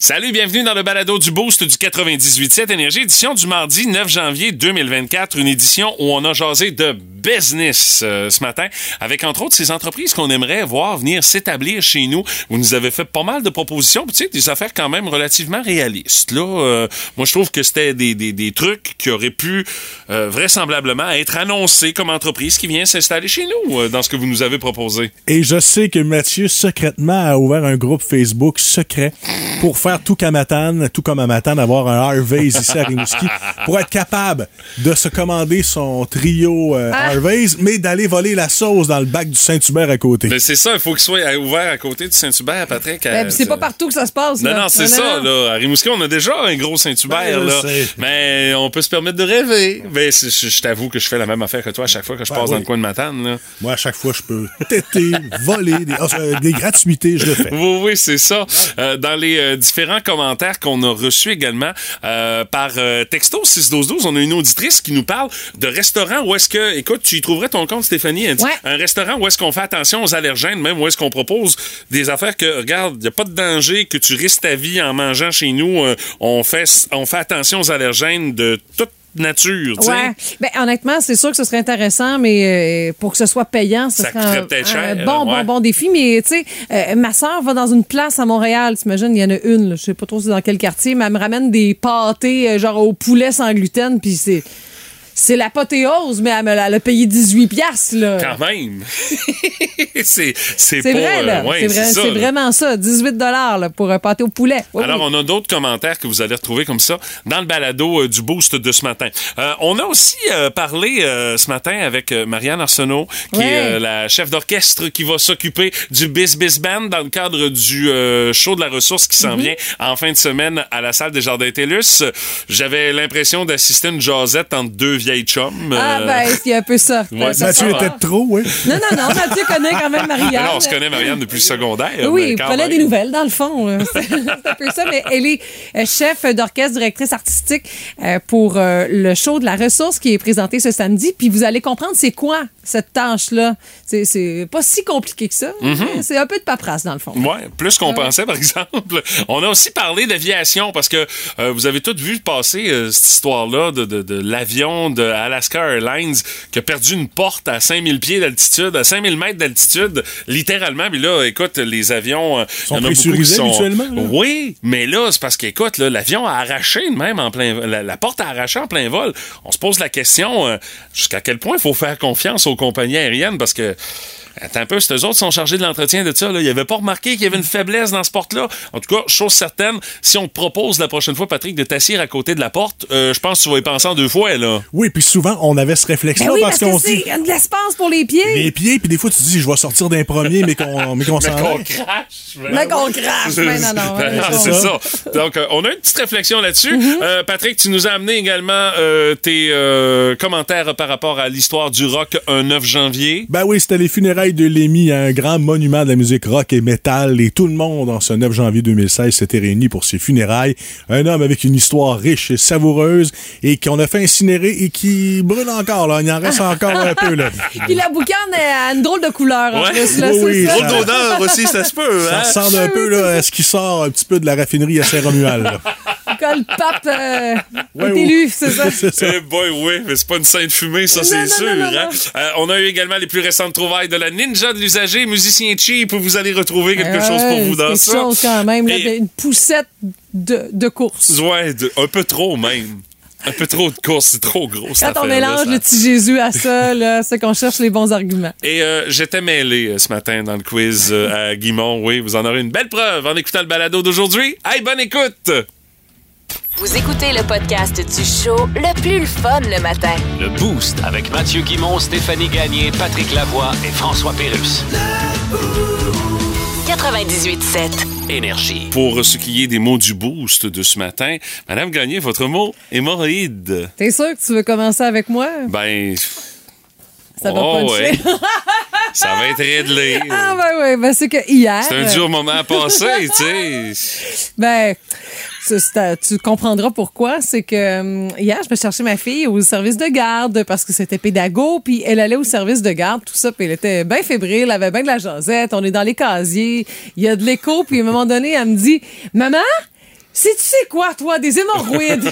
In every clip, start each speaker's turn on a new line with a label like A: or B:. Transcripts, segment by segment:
A: Salut, bienvenue dans le balado du Boost du 98.7 Énergie, édition du mardi 9 janvier 2024, une édition où on a jasé de business euh, ce matin, avec entre autres ces entreprises qu'on aimerait voir venir s'établir chez nous. Vous nous avez fait pas mal de propositions, puis tu sais, des affaires quand même relativement réalistes. Là, Euh, moi, je trouve que c'était des, des- des trucs qui auraient pu euh, vraisemblablement être annoncés comme entreprise qui vient s'installer chez nous euh, dans ce que vous nous avez proposé.
B: Et je sais que Mathieu, secrètement, a ouvert un groupe Facebook secret pour faire tout Kamatan, tout comme Amatan, avoir un Harvey's ici à Rimouski, pour être capable de se commander son trio euh,
C: Ah.
B: Harvey's, mais d'aller voler la sauce dans le bac du Saint-Hubert à côté.
A: Mais c'est ça, il faut qu'il soit euh, ouvert à côté du Saint-Hubert, Patrick. à-
C: Ben, puis c'est pas partout que ça se passe.
A: Euh, Non,
C: là.
A: non, c'est ça,
C: non.
A: là. À Rimouski, on a déjà un gros Saint-Hubert,
B: Ben, je
A: là.
B: sais.
A: Mais on peut se permettre de rêver. Ben, c'est- je, je t'avoue que je fais la même affaire que toi à chaque fois que je
B: Ben
A: passe dans
B: oui.
A: le coin de Matane, là.
B: Moi, à chaque fois, je peux têter, voler, des, ah, euh, des gratuités, je le fais.
A: Oui, oui, c'est ça. Euh, dans les euh, différents commentaires qu'on a reçus également euh, par euh, texto 61212, on a une auditrice qui nous parle de restaurants où est-ce que, écoute, tu y trouverais ton compte, Stéphanie, elle dit,
C: Ouais.
A: un restaurant où est-ce qu'on fait attention aux allergènes, même où est-ce qu'on propose des affaires que, regarde, il n'y a pas de danger que tu risques ta vie en mangeant chez nous. Euh, on, fait, on fait attention aux allergènes de toute nature, tu sais.
C: Ouais. Ben, honnêtement, c'est sûr que ce serait intéressant, mais euh, pour que ce soit payant, ce
A: Ça
C: serait
A: coûterait
C: un,
A: peut-être
C: un
A: cher, là,
C: bon, bon,
A: ouais.
C: bon défi. Mais tu sais, euh, ma soeur va dans une place à Montréal, t'imagines, il y en a une, là, je sais pas trop c'est dans quel quartier, mais elle me ramène des pâtés euh, genre au poulet sans gluten, puis c'est... C'est l'apothéose, mais elle, me, l'a- elle a payé 18 piastres, là.
A: Quand même. c'est c'est pas...
C: C'est vrai, là.
A: euh, ouais,
C: c'est vrai-
A: ça,
C: c'est
A: là.
C: vraiment ça. 18 là, pour un pâté au poulet. Oui,
A: Alors,
C: oui.
A: on a d'autres commentaires que vous allez retrouver comme ça dans le balado euh, du boost de ce matin. Euh, on a aussi euh, parlé euh, ce matin avec euh, Marianne Arsenault, qui
C: Ouais.
A: est euh, la chef d'orchestre qui va s'occuper du Bis Bis Band dans le cadre du euh, show de la ressource qui
C: Mhm.
A: s'en vient en fin de semaine à la salle des Jardins TELUS. Euh, J'avais l'impression d'assister à une jasette entre deux vieilles chums.
C: Ah,
A: euh,
C: ben, il y a un peu ça.
A: Ouais,
C: Ça
B: Mathieu
C: sort.
B: était de trop, oui.
C: Non, non, non, Mathieu connaît quand même
A: mais
C: Marianne.
A: là, Ah on se connaît, Marianne, depuis le secondaire. mais
C: Oui, il
A: quand
C: prenait
A: même.
C: des nouvelles, dans le fond. là. C'est c'est un peu ça, mais elle est euh, chef d'orchestre, directrice artistique euh, pour euh, le show de la ressource qui est présenté ce samedi. Puis vous allez comprendre c'est quoi cette tâche-là. C'est- C'est pas si compliqué que ça.
A: Mm-hmm.
C: C'est un peu de paperasse, dans le fond.
A: Ouais, plus qu'on pensait, par exemple. On a aussi parlé d'aviation parce que euh, vous avez tous vu passer euh, cette histoire-là de, de- de l'avion de Alaska Airlines qui a perdu une porte à 5000 pieds d'altitude, à 5000 mètres d'altitude, littéralement. Mais là, écoute, les avions. euh,
B: Sont
A: y en a beaucoup qui
B: pressurisés habituellement, là.
A: Oui, mais là, c'est parce qu'écoute, là, l'avion a arraché de même en plein. La, la porte a arraché en plein vol. On se pose la question euh, jusqu'à quel point il faut faire confiance aux compagnies aériennes parce que. Attends un peu, c'est eux autres qui sont chargés de l'entretien de ça. Là. Ils n'avaient pas remarqué qu'il y avait une faiblesse dans ce porte-là. En tout cas, chose certaine, si on te propose la prochaine fois, Patrick, de t'assir à côté de la porte, euh, je pense que tu vas y penser en deux fois. Là.
B: Oui, puis souvent, on avait ce réflexe-là
C: Ben oui,
B: parce,
C: parce,
B: qu'on
C: que
B: se
C: c'est
B: dit
C: il y a de l'espace pour les pieds.
B: les pieds, puis des fois, tu dis, je vais sortir d'un premier, mais qu'on mais qu'on
A: Mais
B: s'en
A: qu'on
B: aille.
A: crache! mais-
B: Ben
C: Mais Ben qu'on crache. Mais non, non.
A: Ben,
C: non,
A: c'est
C: non.
A: ça. Donc, euh, on a une petite réflexion là-dessus.
C: Mm-hmm.
A: Euh, Patrick, tu nous as amené également euh, tes euh, commentaires par rapport à l'histoire du rock un 9 janvier.
B: Ben oui, c'était les funérailles de Lémy, un grand monument de la musique rock et métal, et tout le monde, en ce 9 janvier 2016, s'était réuni pour ses funérailles. Un homme avec une histoire riche et savoureuse, et qu'on a fait incinérer et qui brûle encore, là. Il en reste encore un peu, là.
C: Puis la boucane a une drôle de couleur. en
A: Ouais.
C: plus, là,
B: Oui,
C: c'est
B: oui,
C: ça.
B: drôle d'odeur.
A: aussi, Euh, ça se peut. hein?
B: Ça ressemble un peu, là, à ce qui sort un petit peu de la raffinerie à Saint-Romual, là.
C: Quand le pape euh,
B: Ouais, oh.
C: est
B: ouais.
C: élu, c'est ça.
B: C'est ça.
A: Eh boy, oui, mais c'est pas une scène fumée, ça,
C: Non,
A: c'est
C: non,
A: sûr.
C: non, non,
A: hein.
C: non.
A: Euh, on a eu également les plus récentes trouvailles de la ninja de l'usager, musicien cheap, où vous allez retrouver quelque chose pour
C: Ouais,
A: vous dans
C: quelque
A: ça.
C: chose quand même, là,
A: Et-
C: une poussette de, de course.
A: Ouais, de- un peu trop même. Un peu trop de course, c'est trop gros.
C: Quand
A: cette
C: on
A: affaire-là,
C: mélange
A: ça.
C: le petit Jésus à ça, là, c'est qu'on cherche les bons arguments.
A: Et euh, j'étais mêlé euh, ce matin dans le quiz euh, à Guimont. Oui, vous en aurez une belle preuve en écoutant le balado d'aujourd'hui. Hey, bonne écoute!
D: Vous écoutez le podcast du show le plus le fun le matin.
E: Le Boost avec Mathieu Guimont, Stéphanie Gagné, Patrick Lavoie et François Pérus.
D: 98.7.
E: Énergie.
A: Pour ce qui est des mots du boost de ce matin, Madame Gagné, votre mot, hémorroïde.
C: T'es sûr que tu veux commencer avec moi?
A: Ben,
C: Ça va
A: oh,
C: puncher.
A: ouais. ça va être réglé.
C: Ah ben oui, ben c'est que hier.
A: C'est un dur moment à passer, tu sais.
C: Ben, ça, c'est à- tu comprendras pourquoi. C'est que hum, hier, je vais chercher ma fille au service de garde parce que c'était pédago, puis elle allait au service de garde, tout ça, puis elle était bien fébrile, elle avait bien de la jasette, on est dans les casiers, il y a de l'écho, puis à un moment donné, elle me dit « Maman, Si tu sais quoi, toi, des hémorroïdes.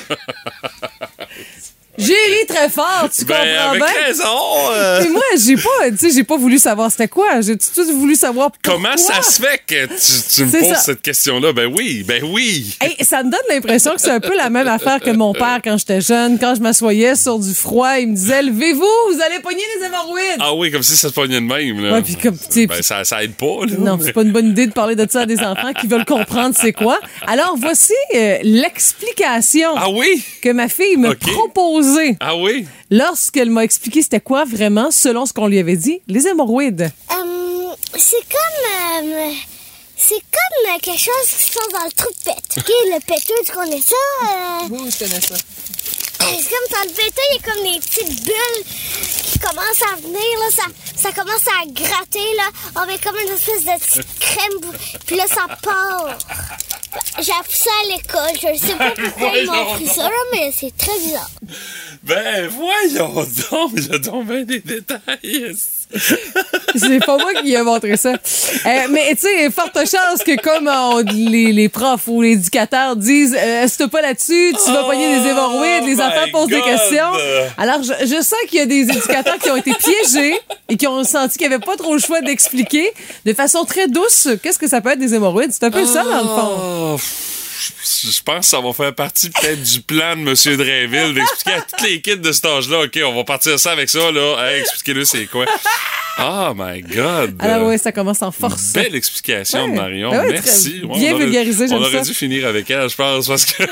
C: J'ai ri très fort, tu
A: Ben,
C: comprends
A: avec
C: bien.
A: raison. euh,
C: Mais moi, j'ai pas, tu sais, j'ai pas voulu savoir c'était quoi. J'ai tout de suite voulu savoir pourquoi.
A: Comment ça se fait que tu, tu me
C: C'est
A: poses
C: ça.
A: cette question-là? Ben oui, ben oui.
C: Hey, ça me donne l'impression que c'est un peu la même affaire que mon père quand j'étais jeune. Quand je m'assoyais sur du froid, il me disait Levez-vous, vous allez pogner les hémorroïdes.
A: Ah oui, comme si ça se pognait de même. Là.
C: Ouais, puis comme, tu sais,
A: ben,
C: puis-
A: ça, ça aide pas. Là.
C: Non, c'est pas une bonne idée de parler de ça à des enfants qui veulent comprendre c'est quoi. Alors voici euh, l'explication
A: Ah oui?
C: que ma fille me
A: Ok.
C: proposait
A: Ah oui?
C: lorsqu'elle m'a expliqué c'était quoi vraiment, selon ce qu'on lui avait dit, les hémorroïdes.
F: Hum, c'est comme. euh, c'est comme euh, quelque chose qui sort dans le trou de pète. OK, le péteux, tu connais ça? euh,
C: Oui, je connais ça.
F: c'est comme dans le péteux, il y a comme des petites bulles qui commencent à venir, là. Ça, ça commence à gratter, là. On met comme une espèce de petite crème, bou- puis là, ça part. J'ai appris ça à l'école. Je sais pas pourquoi ils m'ont appris ça, là, mais c'est très bizarre.
A: Ben voyons donc, j'ai donc bien des détails.
C: C'est pas moi qui lui ai montré ça. Euh, mais tu sais, forte chance que comme euh, on- les, les profs ou les éducateurs disent euh, Reste pas là-dessus, tu vas
A: Oh
C: pogner des hémorroïdes, les
A: my
C: enfants posent des
A: God.
C: questions. Alors, je, je sens qu'il y a des éducateurs qui ont été piégés et qui ont senti qu'il n'y avait pas trop le choix d'expliquer de façon très douce qu'est-ce que ça peut être des hémorroïdes. C'est un peu ça, dans le fond.
A: Oh, je je pense que ça va faire partie peut-être du plan de M. Drainville d'expliquer à toutes les kids de cet âge-là, OK, on va partir ça avec ça, là. Hey, Expliquez-le c'est quoi. Oh my God!
C: Alors, oui, ça commence en force.
A: Belle explication de
C: Ouais.
A: Marion.
C: Ben ouais,
A: Merci.
C: très
A: Ouais,
C: bien
A: on aurait-
C: vulgarisé, j'aime
A: On aurait
C: ça.
A: dû finir avec elle, je pense, parce que.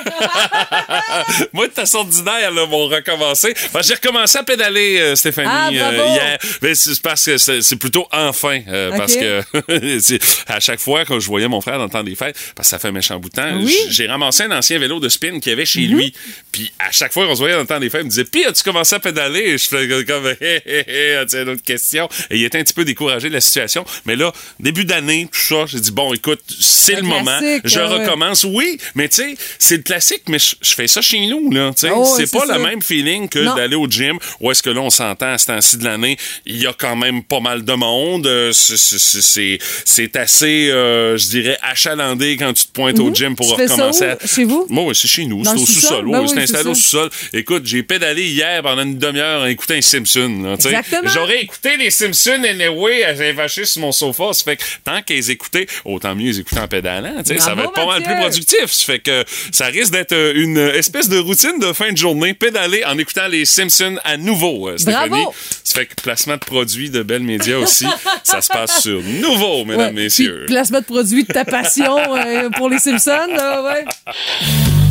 A: Moi, de façon ordinaire, là, m'ont recommencé. Enfin, J'ai recommencé à pédaler, euh, Stéphanie,
C: Ah,
A: euh,
C: bravo.
A: hier. Mais c'est parce que c'est c'est plutôt enfin. euh,
C: Ok.
A: Parce que euh, c'est- à chaque fois que je voyais mon frère dans le temps des fêtes, parce que ça fait un méchant bout de temps,
C: Oui. Mhm.
A: j- j'ai ramassé un ancien vélo de spin qu'il y avait chez lui. Puis à chaque fois qu'on se voyait dans le temps des fêtes, il me disait Puis as-tu commencé à pédaler Et Je faisais comme Hé, hé, hé, as-tu une autre question Et il était un petit peu découragé de la situation. Mais là, début d'année, tout ça, j'ai dit Bon, écoute, c'est
C: Un
A: le moment.
C: classique,
A: Je
C: ah ouais.
A: recommence. Oui, mais tu sais, c'est le classique, mais je je fais ça chez nous. là. tu sais.
C: Ah ouais,
A: c'est
C: c'est
A: pas le
C: ça.
A: même feeling que
C: Non.
A: d'aller au gym où est-ce que là, on s'entend à ce temps-ci de l'année. Il y a quand même pas mal de monde. Euh, c'est- c'est- C'est c'est- c'est assez, euh, je dirais, achalandé quand tu te pointes au gym pour
C: Mhm. Tu fais ça
A: recommencer.
C: où?
A: à-
C: Chez vous?
A: moi, oui, c'est chez nous.
C: Dans
A: C'est
C: le
A: au
C: sous-sol?
A: sous-sol.
C: Ben
A: oui,
C: oui,
A: c'est installé
C: c'est
A: au
C: ça.
A: sous-sol. Écoute, j'ai pédalé hier pendant une demi-heure en écoutant les Simpsons. là, tu sais.
C: Exactement.
A: J'aurais écouté les Simpsons anyway, à vaché sur mon sofa. Ça fait que tant qu'ils écoutaient, autant mieux les écouter en pédalant. tu sais. Ça va
C: Bravo,
A: être pas mal
C: Mathieu.
A: plus productif. Ça fait que ça risque d'être euh, une espèce de routine de fin de journée, pédaler en écoutant les Simpsons à nouveau, euh, Stéphanie.
C: Bravo.
A: Ça fait que placement de produits de Bell Média aussi, ça se passe sur nouveau,
C: Ouais.
A: mesdames,
C: Puis,
A: messieurs.
C: Placement de produit de ta passion euh, pour les Simpsons, là, ouais.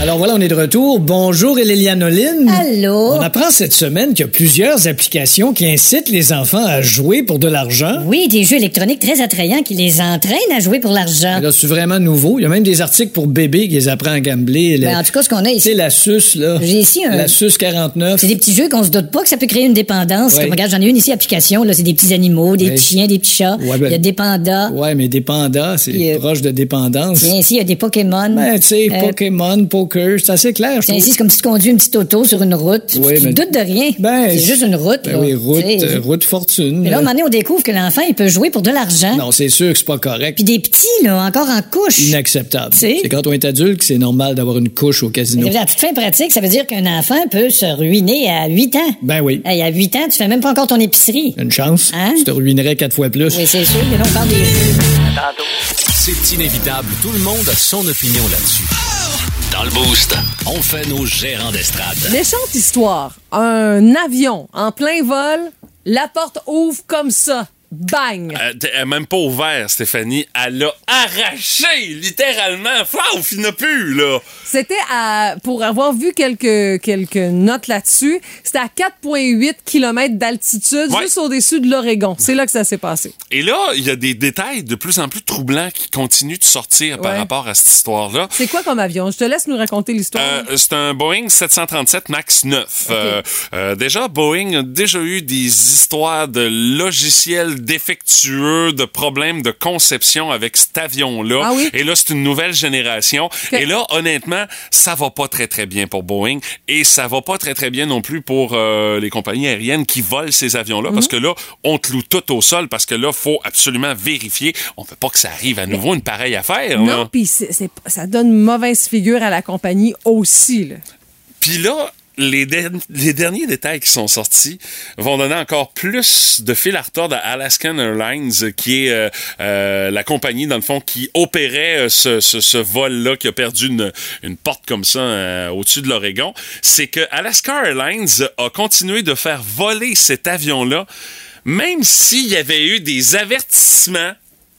G: Alors voilà, on est de retour. Bonjour, Eliane Olin.
H: Allô?
G: On apprend cette semaine qu'il y a plusieurs applications qui incitent les enfants à jouer pour de l'argent.
H: Oui, des jeux électroniques très attrayants qui les entraînent à jouer pour l'argent.
G: Mais Là, c'est vraiment nouveau. Il y a même des articles pour bébés qui les apprennent à gambler.
H: Ben, en tout cas, ce qu'on a
G: c'est
H: ici,
G: la suce, là.
H: J'ai ici un-
G: La suce 49.
H: c'est des petits jeux qu'on se doute pas que ça peut créer une dépendance.
G: Ouais.
H: Comme, regarde, j'en ai une ici, application, là, c'est des petits animaux, des
G: Ouais.
H: petits chiens, des petits chats.
G: Ouais, ben-
H: Il y a des pandas.
G: Ouais, mais des pandas, c'est
H: Puis, euh,
G: proche de dépendance.
H: Tiens, ici, il y a des Pokémon.
G: Ben, tu sais,
H: Euh,
G: Pokémon, poker, c'est assez clair, je
H: Tiens,
G: trouve.
H: ici, c'est comme si tu conduis une petite auto sur une route. Tu-
G: Ouais,
H: tu
G: mais-
H: te doutes de rien.
G: Ben,
H: c'est
G: je-
H: juste une route.
G: Ben
H: là.
G: oui, route,
H: Tu sais.
G: euh, route fortune.
H: Mais là, à un
G: euh.
H: moment donné, on découvre que l'enfant, il peut jouer pour de l'argent.
G: Non, c'est sûr que c'est pas correct.
H: Puis des petits, là, encore en couche.
G: Inacceptable.
H: C'est-
G: C'est quand on est adulte que c'est normal d'avoir une couche au
H: Mais
G: casino.
H: À toute fin pratique, ça veut dire qu'un enfant peut se ruiner à 8 ans.
G: Ben oui. Euh,
H: Hey, à 8 ans, tu fais même pas encore ton épicerie.
G: Une chance.
H: Hein?
G: Tu te ruinerais quatre fois plus.
H: Oui, c'est sûr. Mais là, on parle des jeux.
E: C'est inévitable. Tout le monde a son opinion là-dessus. Dans le boost, on fait nos gérants d'estrade.
C: Méchante histoire. Un avion en plein vol, la porte ouvre comme ça. Bang!
A: Elle t- elle a même pas ouvert, Stéphanie. Elle l'a arraché, littéralement. Flauf, il n'y en a plus, là.
C: C'était à, pour avoir vu quelques, quelques notes là-dessus, c'était à 4,8 km d'altitude,
A: Ouais.
C: juste au-dessus de l'Oregon. C'est là que ça s'est passé.
A: Et là, il y a des détails de plus en plus troublants qui continuent de sortir par
C: Ouais.
A: rapport à cette histoire-là.
C: C'est quoi comme avion? Je te laisse nous raconter l'histoire.
A: Euh, c'est un Boeing 737 MAX 9. Euh, euh, déjà, Boeing a déjà eu des histoires de logiciels défectueux, de problèmes de conception avec cet avion-là.
C: Ah oui?
A: Et là, c'est une nouvelle génération. Et là, honnêtement, ça va pas très, très bien pour Boeing. Et ça va pas très, très bien non plus pour euh, les compagnies aériennes qui volent ces avions-là. Parce
C: Mhm.
A: que là, on te loue tout au sol parce que là, faut absolument vérifier. On peut pas que ça arrive à nouveau une pareille affaire.
C: Non,
A: là.
C: puis c'est- c'est- ça donne une mauvaise figure à la compagnie aussi. Là.
A: Puis là, les, der- les derniers détails qui sont sortis vont donner encore plus de fil à retordre à Alaskan Airlines, euh, qui est euh, euh, la compagnie, dans le fond, qui opérait euh, ce, ce- ce vol-là, qui a perdu une, une porte comme ça euh, au-dessus de l'Oregon. C'est que Alaska Airlines a continué de faire voler cet avion-là, même s'il y avait eu des avertissements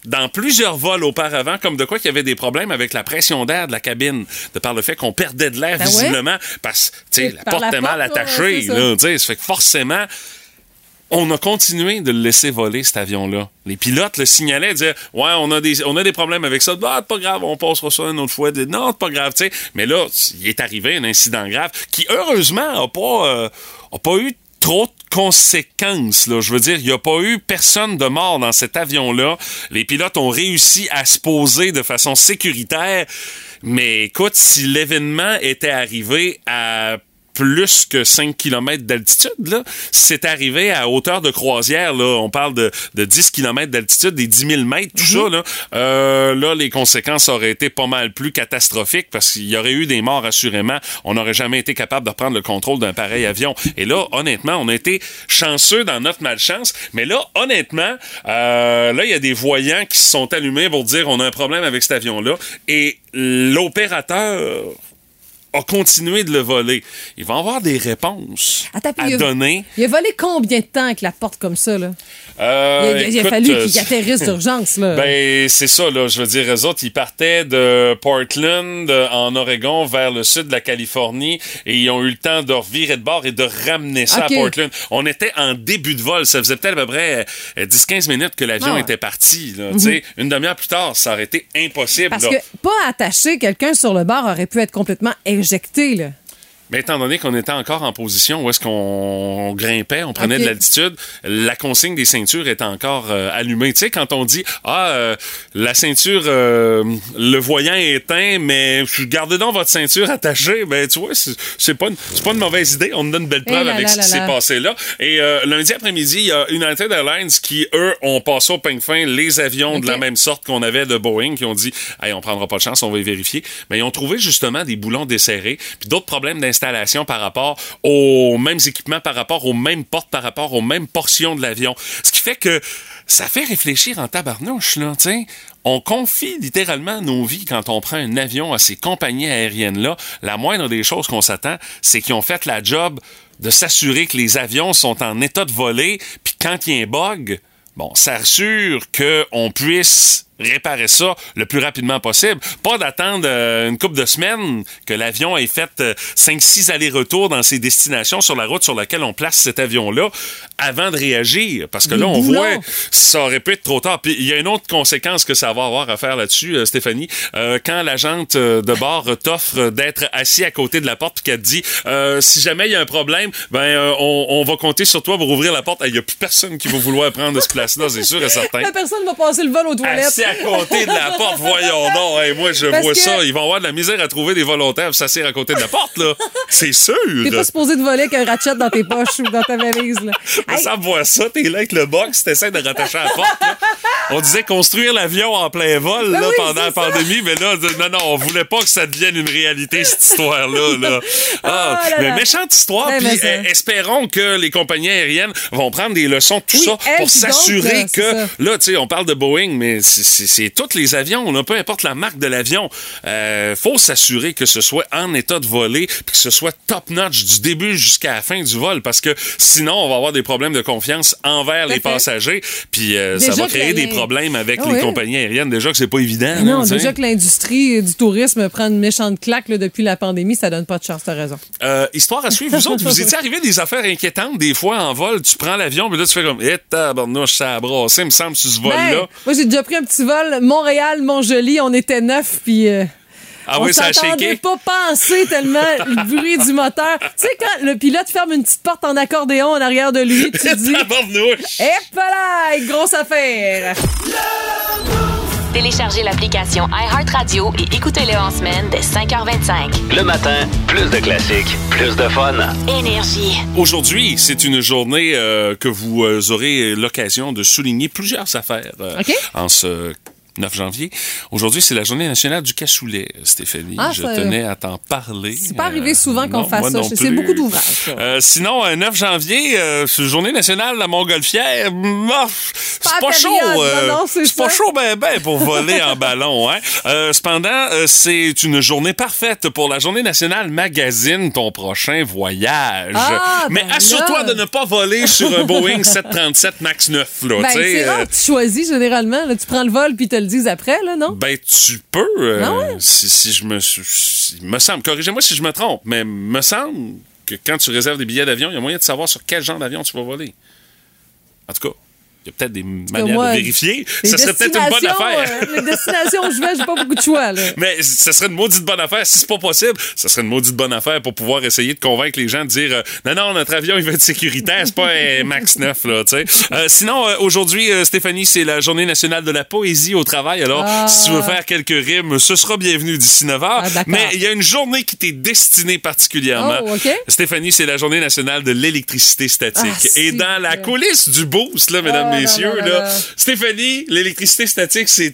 A: dans plusieurs vols auparavant, comme de quoi qu'il y avait des problèmes avec la pression d'air de la cabine, de par le fait qu'on perdait de l'air
C: Ben ouais.
A: visiblement, parce que tu sais,
C: Et
A: la
C: par
A: porte
C: la
A: est mal
C: porte, là,
A: attachée.
C: c'est ça.
A: Là, tu sais, ça fait que forcément, on a continué de le laisser voler, cet avion-là. Les pilotes le signalaient, disaient Ouais, on a des, on a des problèmes avec ça. Ah, c'est pas grave, on passera ça une autre fois. Des- Non, c'est pas grave, tu sais. Mais là, il est arrivé un incident grave qui, heureusement, n'a pas, euh, a pas eu trop de conséquences. Là. Je veux dire, il n'y a pas eu personne de mort dans cet avion-là. Les pilotes ont réussi à se poser de façon sécuritaire. Mais écoute, si l'événement était arrivé à plus que 5 km d'altitude. là. C'est arrivé à hauteur de croisière. Là. On parle de, de 10 km d'altitude, des 10 000 mètres, tout ça. Là. Euh, là, les conséquences auraient été pas mal plus catastrophiques parce qu'il y aurait eu des morts, assurément. On n'aurait jamais été capable de prendre le contrôle d'un pareil avion. Et là, honnêtement, on a été chanceux dans notre malchance. Mais là, honnêtement, euh, là, il y a des voyants qui se sont allumés pour dire on a un problème avec cet avion-là. Et l'opérateur a continué de le voler. Il va avoir des réponses
C: Attends, puis
A: à
C: il a-
A: donner.
C: Il a volé combien de temps avec la porte comme ça? Là? Il,
A: Euh,
C: a, il a
A: écoute,
C: fallu
A: euh,
C: qu'il atterrisse d'urgence. là.
A: Ben, c'est ça, là. Je veux dire, eux autres, ils partaient de Portland, euh, en Oregon, vers le sud de la Californie, et ils ont eu le temps de revirer de bord et de ramener ça
C: Ok.
A: à Portland. On était en début de vol. Ça faisait peut-être à peu près euh, 10-15 minutes que l'avion
C: Ah ouais.
A: était parti, là. Tu sais, une demi-heure plus tard, ça aurait été impossible,
C: Parce
A: là.
C: que pas attaché, quelqu'un sur le bord aurait pu être complètement éjecté. Là.
A: Mais étant donné qu'on était encore en position où est-ce qu'on grimpait, on prenait
C: Ok.
A: de l'altitude, la consigne des ceintures était encore euh, allumée. Tu sais, quand on dit Ah, euh, la ceinture, euh, le voyant est éteint, mais gardez donc votre ceinture attachée, ben tu vois, c'est c'est pas, une- c'est pas une mauvaise idée. On nous donne une belle
C: Eh
A: preuve
C: là
A: avec
C: là
A: ce qui
C: là
A: s'est
C: là.
A: passé passé là. Et euh, lundi après-midi, il y a United Airlines qui, eux, ont passé au peigne fin les avions de la même sorte qu'on avait de Boeing, qui ont dit hey, on prendra pas de chance, on va y vérifier. Mais ils ont trouvé justement des boulons desserrés, puis d'autres problèmes d'installation par rapport aux mêmes équipements, par rapport aux mêmes portes, par rapport aux mêmes portions de l'avion. Ce qui fait que ça fait réfléchir en tabarnouche, là, tu sais. On confie littéralement nos vies quand on prend un avion à ces compagnies aériennes-là. La moindre des choses qu'on s'attend, c'est qu'ils ont fait la job de s'assurer que les avions sont en état de voler, puis quand il y a un bug, bon, ça assure qu'on puisse réparer ça le plus rapidement possible. Pas d'attendre euh, une couple de semaines que l'avion ait fait 5-6 allers-retours dans ses destinations sur la route sur laquelle on place cet avion-là avant de réagir. Parce que là, on
C: boulons.
A: voit, ça aurait pu être trop tard. Puis il y a une autre conséquence que ça va avoir à faire là-dessus, euh, Stéphanie. Euh, quand la jante euh, de bord euh, t'offre euh, d'être assis à côté de la porte puis qu'elle te dit euh, si jamais il y a un problème, ben euh, on, on va compter sur toi pour ouvrir la porte. Eh, Il n'y a plus personne qui va vouloir prendre cette place-là, c'est sûr et certain.
C: La personne va passer le vol aux toilettes.
A: Assis à côté de la porte, voyons donc. Hey, moi, je
C: Parce
A: vois
C: que-
A: ça. Ils vont avoir de la misère à trouver des volontaires pour s'asseoir à côté de la porte, là. C'est sûr.
C: T'es pas supposé de voler avec un ratchet dans tes poches ou dans ta valise. Là.
A: Mais
C: Hey,
A: Ça voit ça, t'es là avec le box, t'essaies de rattacher à la porte. là. On disait construire l'avion en plein vol
C: Ben
A: là,
C: oui,
A: pendant la
C: c'est ça.
A: pandémie, mais là, non, non, on voulait pas que ça devienne une réalité, cette histoire-là. Là. Ah,
C: Oh là
A: mais
C: là.
A: méchante histoire,
C: Ben,
A: puis
C: mais ça.
A: euh, espérons que les compagnies aériennes vont prendre des leçons de tout
C: Oui,
A: ça
C: elles
A: pour
C: qui domptent,
A: s'assurer
C: là, c'est
A: que
C: ça.
A: Là, tu sais, on parle de Boeing, mais c'est- c'est c'est tous les avions, là, peu importe la marque de l'avion. Euh, faut s'assurer que ce soit en état de voler, puis que ce soit top-notch du début jusqu'à la fin du vol, parce que sinon, on va avoir des problèmes de confiance envers les
C: Tout à fait.
A: passagers, puis euh, ça
C: Déjà
A: va
C: que
A: créer
C: la-
A: des problèmes avec
C: Ah
A: les
C: oui.
A: compagnies aériennes. Déjà que c'est pas évident. là,
C: non,
A: tu sais.
C: déjà que l'industrie du tourisme prend une méchante claque là, depuis la pandémie, ça donne pas de chance, t'as raison.
A: Euh, histoire à suivre, vous autres, vous étiez arrivé des affaires inquiétantes des fois en vol. Tu prends l'avion, mais là, tu fais comme, eh, tabarnouche, ça a brassé, me semble, sur ce
C: Ben,
A: vol-là.
C: moi, j'ai déjà pris un petit vol Montréal-Montjoli. On était neuf, puis euh,
A: Ah
C: on
A: oui, ça a
C: s'entendait
A: shaké.
C: pas penser tellement le bruit du moteur. Tu sais, quand le pilote ferme une petite porte en accordéon en arrière de lui, tu te
A: Ah
C: dis,
A: Tabarnouche.
C: hé là, grosse affaire!
D: Téléchargez l'application iHeartRadio et écoutez-le en semaine dès 5h25.
E: Le matin, plus de classiques, plus de fun.
D: Énergie.
A: Aujourd'hui, c'est une journée euh, que vous euh, aurez l'occasion de souligner plusieurs affaires euh,
C: OK.
A: en ce 9 janvier. Aujourd'hui, c'est la journée nationale du cassoulet, Stéphanie.
C: Ah,
A: Je
C: ça-
A: tenais à t'en parler.
C: C'est pas
A: Euh,
C: arrivé souvent qu'on
A: non, moi
C: fasse ça.
A: non
C: C'est
A: plus.
C: beaucoup d'ouvrages. ça.
A: Euh, sinon, euh, 9 janvier, euh, c'est journée nationale de la montgolfière. Mm, ah, C'est
C: Pas
A: pas,
C: la
A: chaud.
C: période,
A: euh,
C: non, non, c'est
A: c'est pas
C: ça.
A: chaud ben ben pour voler en ballon. Hein? Euh, cependant, euh, c'est une journée parfaite pour la journée nationale magazine ton prochain voyage.
C: Ah,
A: Mais
C: ben
A: assure-toi de
C: là.
A: ne pas voler sur un Boeing 737 MAX 9. Là,
C: Ben,
A: tu sais,
C: c'est
A: euh,
C: rare que tu choisis généralement. là. tu prends le vol puis ils te le disent après, là, non?
A: ben, tu peux. euh,
C: Ah ouais?
A: si, si je me. si- il me semble. Corrigez-moi si je me trompe, mais me semble que quand tu réserves des billets d'avion, il y a moyen de savoir sur quel genre d'avion tu vas voler. En tout cas, il y a peut-être des manières
C: moi,
A: de vérifier.
C: Les
A: Ça serait peut-être une bonne
C: destinations,
A: affaire.
C: euh, les destinations où je vais, j'ai pas beaucoup de choix, là.
A: Mais ça serait une maudite bonne affaire. Si c'est pas possible, ça serait une maudite bonne affaire pour pouvoir essayer de convaincre les gens de dire euh, non, non, notre avion, il va être sécuritaire. C'est pas un Max 9, là, tu sais. Euh, sinon, euh, aujourd'hui, euh, Stéphanie, c'est la journée nationale de la poésie au travail. Alors,
C: Ah.
A: si tu veux faire quelques rimes, ce sera bienvenu d'ici 9 h.
C: Ah, d'accord.
A: mais il y a une journée qui t'est destinée particulièrement.
C: Oh, OK.
A: Stéphanie, c'est la journée nationale de l'électricité statique.
C: Ah,
A: Et
C: si,
A: dans la
C: là.
A: coulisse du boost, là, mesdames,
C: là, là,
A: messieurs,
C: là,
A: là,
C: là.
A: Stéphanie, l'électricité statique, c'est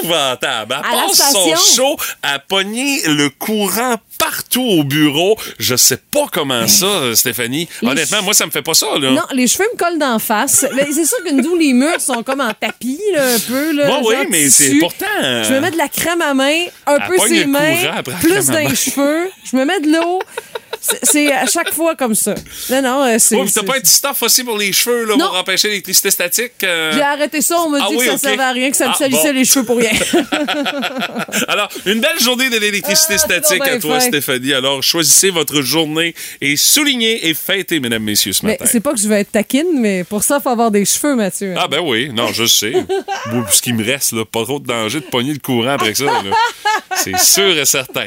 A: épouvantable. Elle
C: À la
A: passe
C: station.
A: son chaud à pogner le courant partout au bureau. Je sais pas comment ça, Stéphanie.
C: Les
A: Honnêtement,
C: ch-
A: moi, ça me fait pas ça, là.
C: Non, les cheveux me collent d'en face. Mais c'est sûr que nous, les murs sont comme en tapis, là, un peu. Là,
A: Bon, oui,
C: genre
A: mais
C: tissu.
A: c'est pourtant. euh,
C: Je me mets de la crème à main, un
A: Elle
C: peu
A: pogne
C: ses
A: le courant
C: mains,
A: après la crème
C: plus
A: à
C: dans
A: main.
C: les cheveux. Je me mets de l'eau. C'est- C'est à chaque fois comme ça. Non, non, euh, c'est.
A: ouais, mais Oh, t'as
C: c'est-
A: pas un petit stuff aussi pour les cheveux, là,
C: Non.
A: pour empêcher l'électricité statique? euh?
C: J'ai arrêté ça, on m'a
A: Ah
C: dit
A: oui,
C: que ça
A: ok.
C: servait à rien, que ça me
A: Ah,
C: salissait
A: bon.
C: les cheveux pour rien.
A: Alors, une belle journée de l'électricité
C: Ah, c'est donc
A: statique à
C: bien
A: toi,
C: fin.
A: Stéphanie. Alors, choisissez votre journée et soulignez et fêtez, mesdames, messieurs, ce
C: mais
A: matin.
C: c'est pas que je vais être taquine, mais pour ça, faut avoir des cheveux, Mathieu.
A: Ah ben oui, non, je sais. Moi, ce qui me reste, là, pas trop de danger de pogner le courant après ça. là. C'est sûr et certain.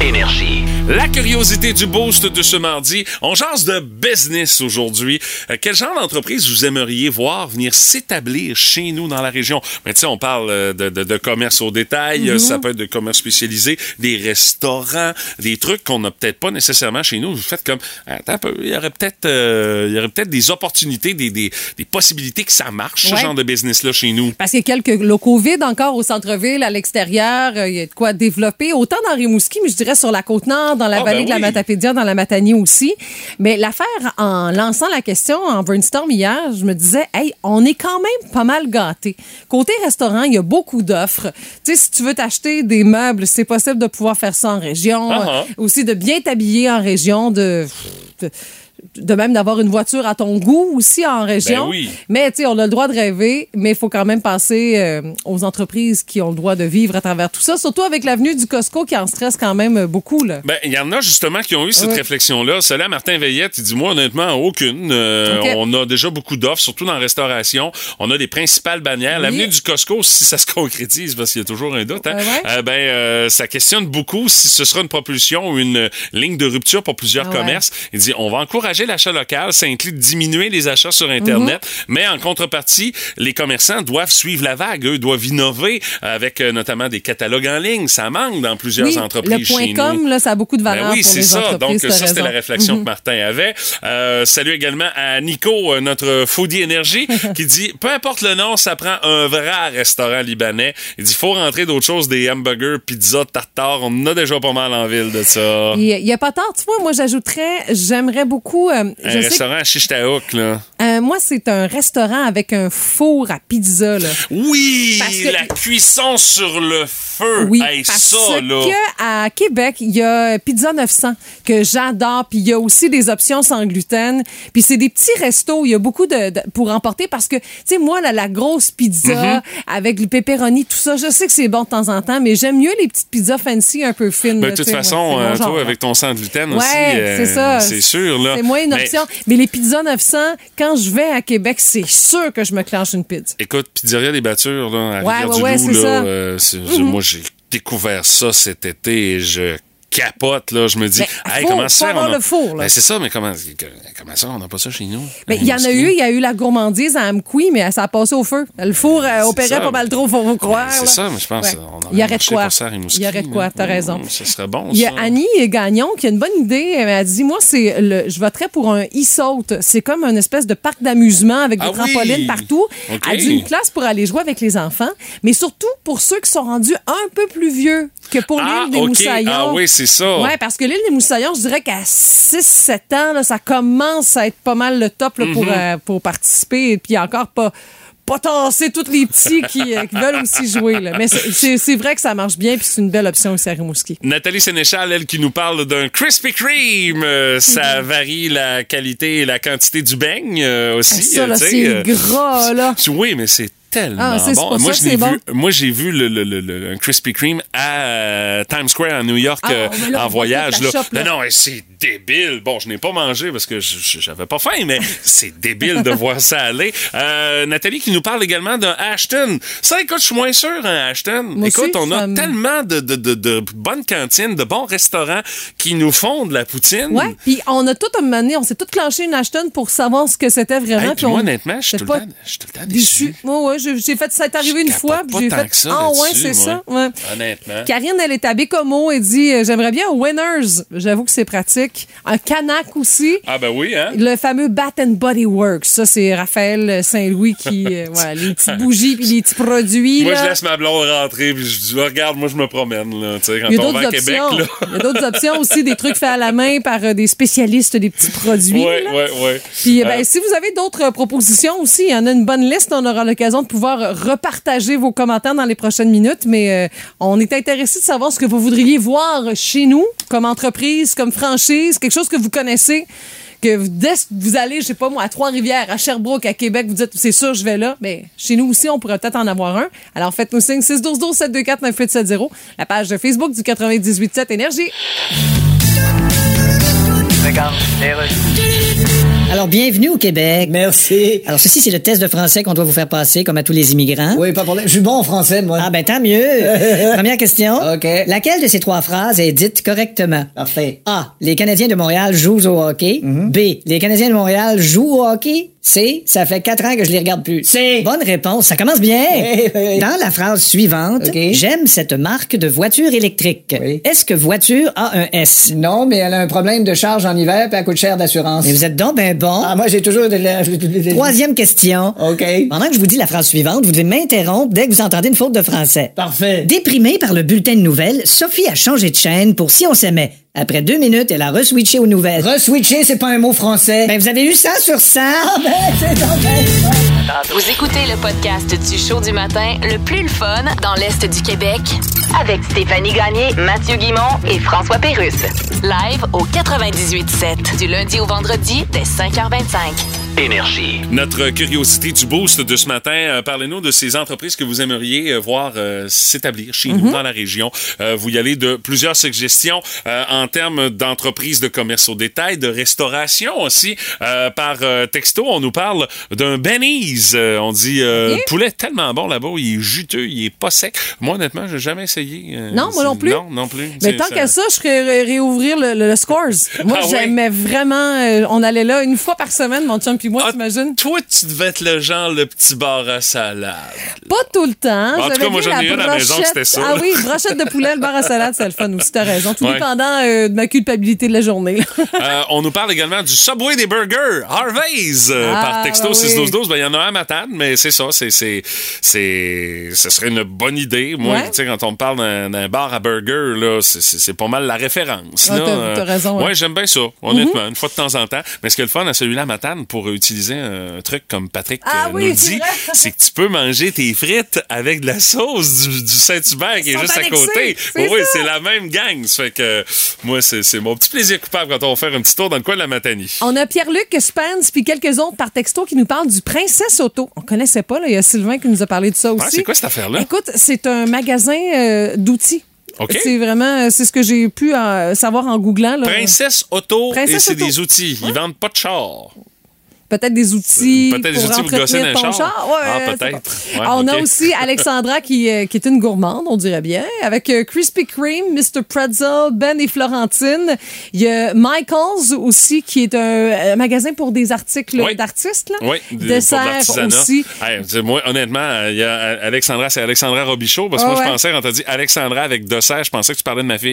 E: Énergie.
A: La curiosité du boost de ce mardi. On jase de business aujourd'hui. Euh, quel genre d'entreprise vous aimeriez voir venir s'établir chez nous dans la région? Mais tu sais, on parle euh, de, de- de commerce au détail. euh, Ça peut être de commerce spécialisé, des restaurants, des trucs qu'on n'a peut-être pas nécessairement chez nous. Vous faites comme, attends un peu, il y aurait peut-être euh, il y aurait peut-être des opportunités, des, des, des possibilités que ça marche, ce
C: Ouais.
A: genre de business-là chez nous.
C: Parce qu'il y a quelques locaux vides encore au centre-ville, à l'extérieur. euh, Il y a de quoi développer. Autant dans Rimouski, mais je dirais sur la Côte-Nord, dans la
A: Ah,
C: vallée
A: ben
C: de la
A: oui.
C: Matapédia, dans la Matanie aussi. Mais l'affaire, en lançant la question en brainstorm hier, je me disais, hey, on est quand même pas mal gâtés. Côté restaurant, il y a beaucoup d'offres. Tu sais, si tu veux t'acheter des meubles, c'est possible de pouvoir faire ça en région.
A: Ah, ah.
C: Euh, Aussi de bien t'habiller en région, de... de de même d'avoir une voiture à ton goût aussi en région.
A: Ben oui.
C: Mais tu sais, on a le droit de rêver, mais il faut quand même penser euh, aux entreprises qui ont le droit de vivre à travers tout ça, surtout avec l'avenue du Costco qui en stresse quand même euh, beaucoup. Là.
A: Ben, il y en a justement qui ont eu cette
C: Ouais.
A: réflexion-là. Celle-là, Martin Veillette, il dit Moi, honnêtement, aucune. Euh,
C: Ok.
A: On a déjà beaucoup d'offres, surtout dans la restauration. On a les principales bannières. L'avenue du Costco, si ça se concrétise, parce qu'il y a toujours un doute, hein,
C: Ouais, ouais.
A: euh, ben, euh, ça questionne beaucoup si ce sera une propulsion ou une euh, ligne de rupture pour plusieurs
C: Ah ouais.
A: commerces. Il dit On va encourager l'achat local. Ça inclut de diminuer les achats sur Internet.
C: Mhm.
A: Mais en contrepartie, les commerçants doivent suivre la vague. Eux doivent innover avec euh, notamment des catalogues en ligne. Ça manque dans plusieurs
C: Oui,
A: entreprises
C: le point
A: chez nous.
C: com, là, ça a beaucoup de valeur
A: Ben oui,
C: pour
A: c'est
C: les
A: ça. Donc,
C: entreprises.
A: ça,
C: t'as
A: c'était la
C: raison. Mm-hmm.
A: réflexion que Martin avait. Euh, salut également à Nico, euh, notre foodie énergie, qui dit Peu importe le nom, ça prend un vrai restaurant libanais. Il dit Faut rentrer d'autres choses, des hamburgers, pizza, tartare. On en a déjà pas mal en ville de ça.
C: Il y a- il y a pas tard, tu vois, moi j'ajouterais, j'aimerais beaucoup, euh,
A: Un
C: je sais, que-
A: restaurant à Chichtaouk, là.
C: euh, moi c'est un restaurant avec un four à pizza, là.
A: Oui,
C: Parce que-
A: la cuisson sur le feu.
C: Oui,
A: Hey,
C: parce
A: ça, là.
C: que à Québec, il y a Pizza 900 que j'adore, puis il y a aussi des options sans gluten, puis c'est des petits restos, il y a beaucoup de, de- pour emporter parce que tu sais moi la, la grosse
A: Mhm.
C: pizza avec le pepperoni tout ça, je sais que c'est bon de temps en temps, mais j'aime mieux les petites pizzas fancy un peu fines.
A: Ben, de
C: là, tu
A: toute
C: sais, moi,
A: façon,
C: c'est mon
A: euh,
C: genre,
A: toi,
C: là.
A: avec ton sang de gluten
C: Ouais,
A: aussi, euh,
C: c'est ça.
A: c'est sûr. là.
C: C'est moins une
A: Mais-
C: option. Mais les pizzas 900, quand je vais à Québec, c'est sûr que je me clenche une pizza.
A: Écoute, Pizzeria des Battures, là, à
C: Ouais,
A: Rivière-du-Loup,
C: ouais, ouais, c'est
A: là,
C: ça. Mm-hmm.
A: euh, c'est- c'est- moi, j'ai découvert ça cet été et je capote, là. Je me dis,
C: Ben,
A: hey,
C: faut-
A: comment
C: faut
A: ça?
C: avoir
A: on a-
C: le four, là.
A: Ben, c'est ça, mais comment, comment ça, on n'a pas ça chez nous?
C: Mais il y en a eu, il y a eu la gourmandise à Amqui, mais ça a passé au feu. Le four euh, opérait
A: ça. Ben,
C: pas mal trop, faut vous croire.
A: C'est
C: là.
A: ça, mais je pense
C: Ouais.
A: qu'on
C: Il y aurait de
A: marché
C: quoi.
A: pour ça à Rimouski,
C: Il y aurait de quoi,
A: là.
C: t'as raison.
A: Mmh, Ce serait bon,
C: Il y a
A: ça.
C: Annie Gagnon qui a une bonne idée. Elle a dit Moi, c'est le, je voterais pour un e-saute. C'est comme une espèce de parc d'amusement avec des
A: Ah oui!
C: trampolines partout.
A: OK.
C: Elle dit une classe pour aller jouer avec les enfants, mais surtout pour ceux qui sont rendus un peu plus vieux que pour
A: Ah,
C: l'île des
A: OK.
C: Moussaillons.
A: Ah oui, c'est ça.
C: Ouais, parce que l'île des Moussaillons, je dirais qu'à 6-7 ans, là, ça commence à être pas mal le top là, pour,
A: Mhm.
C: euh, pour participer. Et puis encore pas pas tasser tous les petits qui, euh, qui veulent aussi jouer. là. Mais c'est- c'est c'est vrai que ça marche bien puis c'est une belle option aussi à Rimouski.
A: Nathalie Sénéchal, elle, qui nous parle d'un Krispy Kreme. Euh, ça varie la qualité et la quantité du beigne euh, aussi.
C: Ah, Ça,
A: euh,
C: là,
A: tu sais,
C: c'est
A: euh,
C: gras, là.
A: Tu- Oui, mais c'est tellement
C: Ah, c'est
A: bon.
C: pour
A: moi,
C: ça
A: je
C: que
A: l'ai
C: c'est
A: vu, moi, j'ai vu le, le- le- le- un Krispy Kreme à euh, Times Square à New York
C: Ah,
A: euh,
C: mais là, on
A: en
C: voit
A: voyage.
C: toute la
A: là.
C: shop, là.
A: Non, non, et c'est débile. Bon, je n'ai pas mangé parce que je- je- j'avais pas faim, mais c'est débile de voir ça aller. Euh, Nathalie qui nous parle également d'un Ashton. Ça, écoute, je suis moins sûr, un Ashton.
C: Moi
A: écoute,
C: aussi,
A: on a
C: ça me-
A: tellement de, de- de- de bonnes cantines, de bons restaurants qui nous font de la poutine.
C: Ouais, puis on a tout amené, on s'est tout clenché une Ashton pour savoir ce que c'était
A: Hey,
C: vraiment.
A: puis
C: puis
A: moi,
C: on-
A: honnêtement, je suis
C: c'est
A: tout, le
C: pas
A: temps- je suis tout le temps
C: déçu.
A: déçu.
C: Moi, ouais, j'ai j'ai fait ça est arrivé
A: Je
C: une
A: capote
C: fois, puis
A: pas
C: j'ai
A: tant
C: fait
A: que ça
C: ah ouais,
A: là-dessus,
C: c'est
A: moi.
C: ça. ouais.
A: Honnêtement.
C: Karine, elle est à Bécomo et dit euh, j'aimerais bien un Winners. J'avoue que c'est pratique. Un Canac aussi.
A: Ah ben oui, hein?
C: Le fameux Bat and Body Works, ça c'est Raphaël Saint-Louis qui euh, voilà, les petites bougies puis les petits produits
A: Moi,
C: là.
A: je laisse ma blonde rentrer, puis je dis, regarde, moi, je me promène, là. Tu sais, quand
C: Il y a
A: on
C: d'autres
A: va à Québec,
C: options.
A: là.
C: Il y a d'autres options aussi, des trucs faits à la main par euh, des spécialistes des petits produits.
A: Ouais,
C: là.
A: ouais, ouais.
C: Puis, ben,
A: Euh,
C: si vous avez d'autres euh, propositions aussi, il y en a une bonne liste. On aura l'occasion de pouvoir repartager vos commentaires dans les prochaines minutes. Mais euh, on est intéressé de savoir ce que vous voudriez voir chez nous, comme entreprise, comme franchise, quelque chose que vous connaissez. Que vous- dès que vous allez, je sais pas moi, à Trois-Rivières, à Sherbrooke, à Québec, vous dites, c'est sûr, je vais là. Mais chez nous aussi, on pourrait peut-être en avoir un. Alors faites-nous signe 612-724-9870, la page de Facebook du 98.7 Énergie.
H: Alors, bienvenue au Québec.
G: Merci.
H: Alors, ceci, c'est le test de français qu'on doit vous faire passer, comme à tous les immigrants.
G: Oui, pas pour Je suis bon en français, moi.
H: Ah, ben, tant mieux. Première question.
G: OK.
H: Laquelle de ces trois phrases est dite correctement?
G: Parfait. Mhm.
H: A. Les Canadiens de Montréal jouent au hockey. B. Les Canadiens de Montréal jouent au hockey. C. Ça fait quatre ans que je les regarde plus.
G: C.
H: Bonne réponse. Ça commence bien.
G: Eh, oui.
H: Dans la phrase suivante,
G: OK.
H: j'aime cette marque de voiture électrique.
G: Oui.
H: Est-ce que voiture a un S?
G: Non, mais elle a un problème de charge en hiver, puis elle coûte cher d'assurance.
H: Mais vous êtes donc ben bon.
G: Ah, moi, j'ai toujours de la...
H: Troisième question.
G: OK.
H: Pendant que je vous dis la phrase suivante, vous devez m'interrompre dès que vous entendez une faute de français.
G: Parfait.
H: Déprimée par le bulletin de nouvelles, Sophie a changé de chaîne pour Si on s'aimait. Après deux minutes, elle a reswitché aux nouvelles.
G: Reswitcher, c'est pas un mot français. Ah, ben.
H: ben, vous avez eu 100 sur 100!
D: Vous écoutez le podcast du show du matin le plus le fun dans l'Est du Québec avec Stéphanie Gagné, Mathieu Guimont et François Pérusse. Live au 98.7 du lundi au vendredi dès 5h25.
E: Énergie.
A: Notre curiosité du boost de ce matin, euh, parlez-nous de ces entreprises que vous aimeriez euh, voir euh, s'établir chez
C: Mhm.
A: nous, dans la région. Euh, vous y allez de plusieurs suggestions euh, en termes d'entreprises de commerce au détail, de restauration aussi. Euh, par euh, texto, on nous parle d'un Benny's. Euh, on dit euh,
C: Ok.
A: poulet tellement bon là-bas, il est juteux, il est pas sec. Moi, honnêtement, j'ai jamais essayé. euh,
C: Non, moi non
A: c'est-
C: plus.
A: Non, non plus.
C: Mais
A: C'est-
C: tant qu'à ça, je ferais ré- réouvrir le, le- le Scores. Moi,
A: Ah oui?
C: j'aimais vraiment. euh, on allait là une fois par semaine, mon chum puis moi,
A: Ah,
C: t'imagines?
A: Toi, tu devais être le genre, le petit bar à salade.
C: Pas tout le temps.
A: tout
C: J'avais
A: cas, moi,
C: bien
A: j'en ai une à la maison,
C: brochette-
A: c'était ça,
C: Ah
A: là.
C: oui, brochette de poulet, le bar à salade, c'est le fun aussi, t'as raison. Tout
A: Ouais.
C: dépendant euh, de ma culpabilité de la journée. là.
A: Euh, on nous parle également du Subway des burgers, Harvey's, euh,
C: Ah,
A: par texto
C: bah oui.
A: 612-12. Ben, il y en a un à Matane, mais c'est ça, c'est, c'est, c'est, ce serait une bonne idée. Moi,
C: Ouais.
A: tu sais, quand on me parle d'un, d'un bar à burger, là, c'est, c'est- c'est pas mal la référence.
C: Ah,
A: là.
C: t'as-
A: Euh,
C: t'as raison, Mhm.
A: Ouais,
C: ouais.
A: j'aime bien ça, honnêtement, une fois de temps en temps. Mais ce qui est le fun à celui-là à Matane, pour utiliser un truc comme Patrick
C: Ah
A: euh,
C: oui,
A: nous
C: c'est
A: dit,
C: vrai.
A: c'est que tu peux manger tes frites avec de la sauce du, du Saint-Hubert qui
C: Ils
A: est
C: sont
A: juste à
C: annexés,
A: côté.
C: c'est
A: oui,
C: ça.
A: c'est la même gang. Ça fait que moi, c'est c'est mon petit plaisir coupable quand on va faire un petit tour dans le coin de la Matanie.
C: On a Pierre-Luc Spence puis quelques autres par texto qui nous parlent du Princesse Auto. On connaissait pas, là. Il y a Sylvain qui nous a parlé de ça aussi.
A: c'est quoi cette affaire-là?
C: Écoute, c'est un magasin euh, d'outils.
A: OK.
C: C'est vraiment, euh, c'est ce que j'ai pu euh, savoir en googlant. là.
A: Princesse Auto, et
C: Princesse
A: c'est
C: Auto.
A: des outils. Ils vendent pas de char.
C: Peut-être des outils
A: Euh, Peut-être des
C: pour
A: outils pour gosser
C: entretenir
A: dans un
C: ton
A: char.
C: char. Ouais,
A: Ah,
C: euh, c'est
A: peut-être.
C: bon.
A: Ouais,
C: on a
A: ok.
C: aussi Alexandra qui, euh, qui est une gourmande, on dirait bien, avec euh, Krispy Kreme, Mr. Pretzel, Ben et Florentine. Il y a Michael's aussi qui est un euh, magasin pour des articles
A: Oui.
C: d'artistes. là.
A: Oui, des- pour de
C: Desserts
A: l'artisanat.
C: aussi.
A: Hey, tu sais, moi, honnêtement, euh, il y a euh, Alexandra, c'est Alexandra Robichaud, parce que
C: Ah
A: moi, je
C: ouais.
A: pensais, quand t'as dit Alexandra avec Dessert, je pensais que tu parlais de ma fille.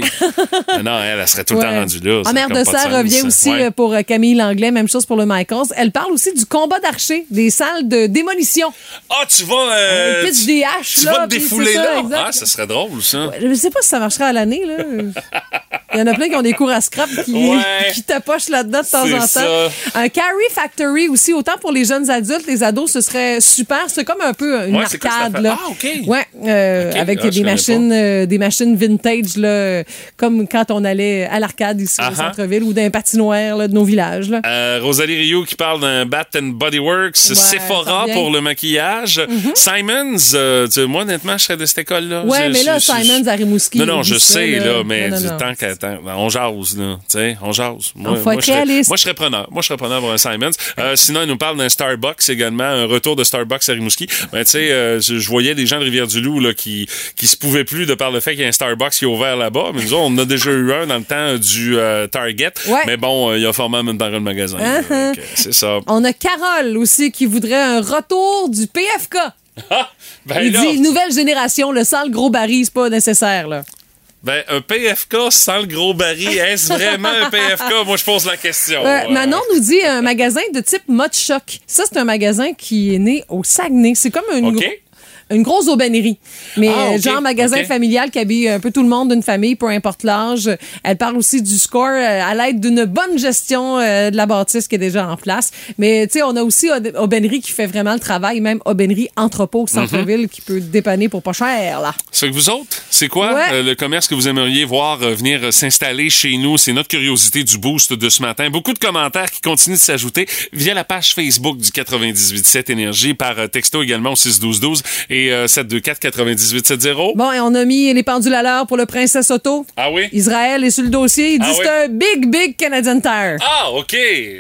A: Mais non, elle, elle serait tout le temps
C: Ouais.
A: rendue là. ça
C: Ah,
A: a
C: Mère
A: comme
C: de
A: pas
C: Serre
A: sens,
C: revient
A: ça.
C: aussi
A: Ouais.
C: euh, pour euh, Camille Langlais, même chose pour le Michael's. Elle parle aussi du combat d'archer, des salles de démolition.
A: Ah, tu vas. euh,
C: Elle pitch
A: tu-
C: des haches,
A: Tu
C: là,
A: vas te
C: puis c'est
A: défouler
C: ça,
A: là.
C: exact.
A: Ah, ça serait drôle, ça.
C: Je sais pas si ça marchera à l'année. là. Il y en a plein qui ont des cours à scrap qui,
A: Ouais.
C: qui tapochent là-dedans de temps
A: C'est
C: en temps.
A: ça.
C: Un Carry Factory aussi, autant pour les jeunes adultes, les ados, ce serait super. C'est comme un peu une
A: Ouais, c'est quoi cette
C: arcade.
A: affaire?
C: là.
A: Ah, OK.
C: Ouais, euh,
A: OK.
C: avec
A: Ah, je
C: des,
A: connais
C: machines, euh, des machines vintage, là, comme quand on allait à l'arcade ici
A: Ah-ha.
C: au centre-ville ou d'un patinoire là, de nos villages. là.
A: Euh, Rosalie Rio qui parle d'un Bat and Body Works,
C: Ouais, ça
A: Sephora
C: revient. Mhm.
A: pour le maquillage, Simons, euh, tu- moi honnêtement, je serais de cette école-là.
C: Ouais,
A: Je-
C: mais
A: je-
C: là,
A: je-
C: Simons à Rimouski.
A: Non, non, je
C: oublie ça,
A: sais, là,
C: là.
A: mais
C: Non, non,
A: du
C: non.
A: temps qu'à temps, ben, on jase, là. Tu sais, on jase. Moi,
C: On
A: moi, je serais,
C: focalise.
A: moi, je serais preneur. Moi, je serais preneur pour un Simons. Euh, sinon, il nous parle d'un Starbucks également, un retour de Starbucks à Rimouski. Ben, tu sais, euh, je je voyais des gens de Rivière-du-Loup, là, qui, qui se pouvaient plus de par le fait qu'il y a un Starbucks qui est ouvert là-bas. Mais nous autres, on en a déjà eu un dans le temps euh, du euh, Target.
C: Ouais.
A: Mais bon, euh, il y a formellement même dans le magasin. là.
C: Uh-huh.
A: Donc, euh, C'est ça.
C: On a Carole aussi qui voudrait un retour du PFK.
A: Ah! ben,
C: Il
A: là,
C: dit nouvelle génération, le sale gros baril, c'est pas nécessaire là.
A: ben, un PFK sans le gros baril, est-ce vraiment un PFK? Moi, je pose la question.
C: Euh,
A: Euh,
C: Manon nous dit un magasin de type mode choc. Ça c'est un magasin qui est né au Saguenay. C'est comme une
A: OK.
C: gro- une grosse aubainerie. Mais
A: Ah,
C: euh,
A: OK,
C: genre magasin
A: OK.
C: familial qui habille un peu tout le monde d'une famille, peu importe l'âge. Elle parle aussi du score euh, à l'aide d'une bonne gestion euh, de la bâtisse qui est déjà en place. Mais tu sais, on a aussi au- aubainerie qui fait vraiment le travail, même aubainerie entrepôt
A: Mhm.
C: au centre-ville qui peut dépanner pour pas cher, là.
A: C'est que vous autres, c'est quoi
C: Ouais.
A: euh, le commerce que vous aimeriez voir euh, venir euh, s'installer chez nous? C'est notre curiosité du boost de ce matin. Beaucoup de commentaires qui continuent de s'ajouter via la page Facebook du 98.7 Énergie, par euh, texto également au 61212 et euh, 724-9870.
C: Bon, et on a mis les pendules à l'heure pour le Princesse Auto.
A: Ah oui?
C: Israël est sur le dossier. Il dit
A: Ah oui?
C: c'est un big, big Canadian Tire.
A: Ah, OK,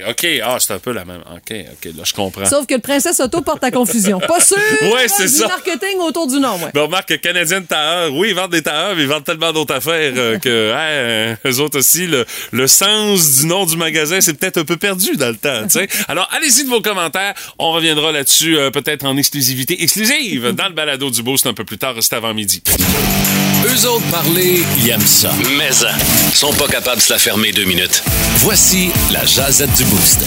A: OK. Ah, c'est un peu la même. OK, OK, là, je comprends.
C: Sauf que le Princesse Auto porte à confusion. Pas sûr
A: Ah. Ouais, c'est
C: du
A: ça. Ben,
C: marketing autour du nom, ouais.
A: Mais remarque que Canadian Tower, oui, ils vendent des Tower, mais ils vendent tellement d'autres affaires euh, que hein, euh, eux autres aussi, le, le sens du nom du magasin, c'est peut-être un peu perdu dans le temps. tu sais. Alors, allez-y de vos commentaires. On reviendra là-dessus euh, peut-être en exclusivité exclusive dans le balado du Beau, c'est un peu plus tard, c'est avant midi.
E: Eux autres parler, ils aiment ça. Mais hein, sont pas capables de se la fermer deux minutes. Voici la jazette du boost.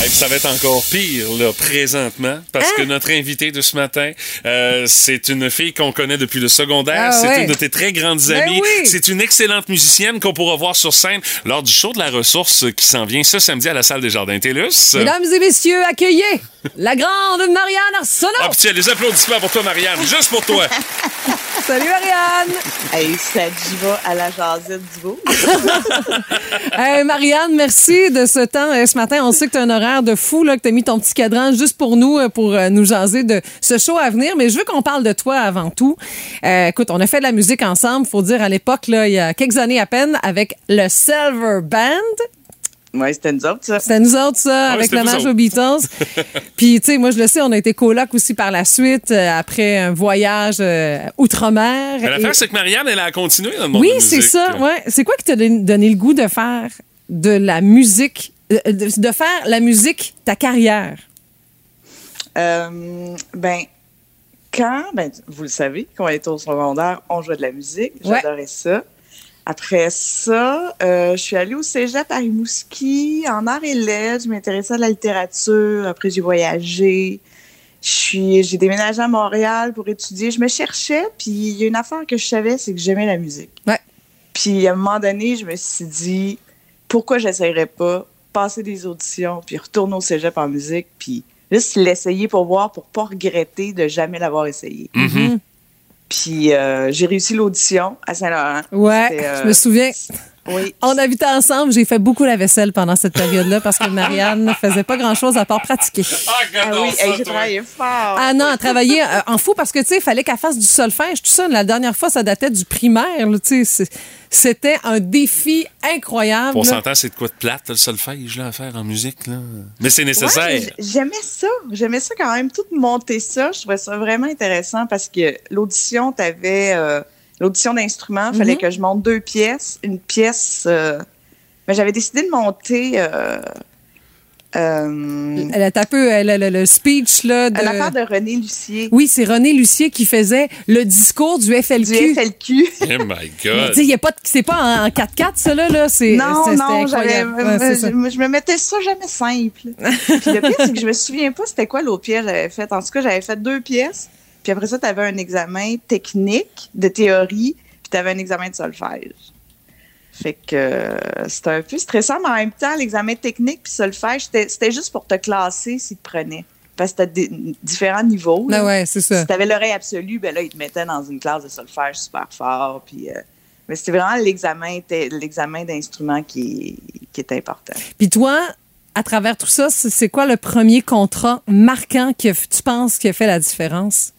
A: Et puis ça va être encore pire là présentement parce
C: Hein?
A: que notre invité de ce matin, euh, c'est une fille qu'on connaît depuis le secondaire.
C: Ah
A: c'est
C: ouais.
A: une de tes très grandes
C: Ben
A: amies.
C: oui.
A: C'est une excellente musicienne qu'on pourra voir sur scène lors du show de la ressource qui s'en vient ce samedi à la salle des Jardins Télus.
C: Mesdames et messieurs, accueillez la grande Marianne Arsenault.
A: Ah, puis tiens, les applaudissements pour toi, Marianne. Juste pour toi.
C: Salut Marianne.
I: Hey, ça va à la jasette du beau.
C: Hey, Marianne, merci de ce temps. Euh, ce matin, on sait que tu as un horaire de fou, là, que tu as mis ton petit cadran juste pour nous, euh, pour euh, nous jaser de ce show à venir. Mais je veux qu'on parle de toi avant tout. Euh, écoute, on a fait de la musique ensemble, faut dire, à l'époque, là, il y a quelques années à peine, avec le Silver Band.
I: Ouais, c'était nous autres, ça.
C: C'était nous autres, ça,
A: Ouais,
C: avec
A: c'était vous
C: l'hommage
A: autres.
C: aux Beatles. Puis, tu sais, moi, je le sais, on a été coloc aussi par la suite, euh, après un voyage euh, outre-mer.
A: Mais
C: Et-
A: l'affaire, c'est que Marianne, elle a continué dans le monde
C: oui,
A: de la
C: c'est
A: musique.
C: ça. Ouais. C'est quoi qui t'a don- donné le goût de faire de la musique, euh, de, de faire la musique ta carrière?
I: Euh, ben, quand, ben, vous le savez, quand on était au secondaire, on jouait de la musique.
C: Ouais.
I: J'adorais ça. Après ça, euh, je suis allée au cégep à Rimouski en arts et lettres. Je m'intéressais à la littérature. Après, j'ai voyagé. Je suis- J'ai déménagé à Montréal pour étudier. Je me cherchais, puis il y a une affaire que je savais, c'est que j'aimais la musique.
C: Ouais.
I: Puis à un moment donné, je me suis dit, pourquoi j'essayerais pas passer des auditions, puis retourner au cégep en musique, puis juste l'essayer pour voir, pour pas regretter de jamais l'avoir essayé.
H: Mhm.
I: Puis euh, j'ai réussi l'audition à Saint-Laurent.
C: Ouais,
I: C'était, euh,
C: je me souviens.
I: Oui.
C: On habitait ensemble. J'ai fait beaucoup la vaisselle pendant cette période-là parce que Marianne ne faisait pas grand-chose à part pratiquer.
A: Ah,
I: Ah
A: j'adore
I: oui,
A: ça,
I: hey, j'ai
A: toi.
I: travaillé fort.
C: Ah non, elle travaillait euh, en fou parce que, tu sais, il fallait qu'elle fasse du solfège, tout ça. La dernière fois, ça datait du primaire, là, tu sais. C'est- C'était un défi incroyable.
A: On
C: là.
A: s'entend, c'est de quoi de plate, le solfège, là, à faire en musique, là. Mais c'est nécessaire.
I: Ouais, j- J'aimais ça. J'aimais ça quand même, tout monter ça. Je trouvais ça vraiment intéressant parce que l'audition, t'avais euh, l'audition d'instruments. Il fallait que je monte deux pièces. Une pièce. euh, mais j'avais décidé de monter. euh, euh,
C: Elle a tapé euh, le, le- le speech, là. De...
I: L'affaire de René Lucier.
C: Oui, c'est René Lucier qui faisait le discours du
I: Du
C: FLQ.
I: FLQ.
A: Oh my
C: Mais
A: God.
C: tu sais, y a pas de- c'est pas en, en 4-4, ça, là. là. C'est,
I: Non,
C: c'est- c'était
I: non, j'avais-
C: incroyable. Ouais, c'est ça.
I: je, je me mettais ça jamais simple. Puis le pire, c'est que je me souviens pas c'était quoi l'autre pièce que j'avais faite. En tout cas, j'avais fait deux pièces. Puis après ça, tu avais un examen technique de théorie, puis tu avais un examen de solfège. Fait que euh, c'était un peu stressant, mais en même temps, l'examen technique puis solfège, c'était c'était juste pour te classer s'ils te prenaient. Parce que t'as différents niveaux. là.
C: Ah ouais, c'est ça.
I: Si t'avais l'oreille absolue, ben là, ils te mettaient dans une classe de solfège super fort. Puis, euh, mais c'était vraiment l'examen, était- l'examen d'instrument qui, qui est important.
C: Puis toi, à travers tout ça, c'est c'est quoi le premier contrat marquant que f- tu penses qui a fait la différence?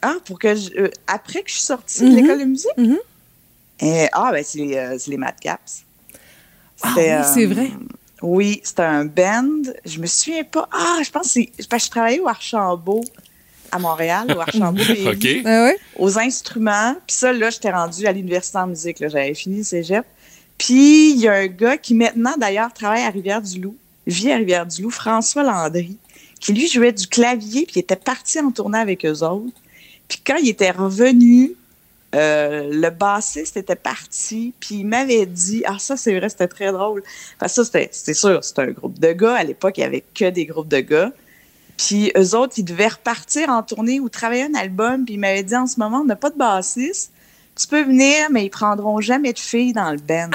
I: Ah, pour que je- euh, après que je suis sortie de l'école de
C: Mm-hmm.
I: musique? Eh, ah, ben c'est les, euh, c'est les Madcaps.
C: Ah
I: C'était,
C: oui, c'est
I: euh,
C: vrai.
I: Oui, c'était un band. Je me souviens pas. Ah, je pense que c'est parce que je travaillais au Archambault à Montréal, au Archambault. Lévis.
A: OK.
C: Ah ouais?
I: aux instruments. Puis ça, là, j'étais rendue à l'université en musique. là. J'avais fini le cégep. Puis il y a un gars qui maintenant, d'ailleurs, travaille à Rivière-du-Loup, vit à Rivière-du-Loup, François Landry, qui lui jouait du clavier, puis il était parti en tournée avec eux autres. Puis quand il était revenu, euh, le bassiste était parti, puis il m'avait dit, ah ça c'est vrai, c'était très drôle. Parce que ça, c'était- c'est sûr, c'était un groupe de gars. À l'époque, il n'y avait que des groupes de gars. Puis eux autres, ils devaient repartir en tournée ou travailler un album. Puis ils m'avaient dit, en ce moment, on n'a pas de bassiste. Tu peux venir, mais ils prendront jamais de filles dans le band.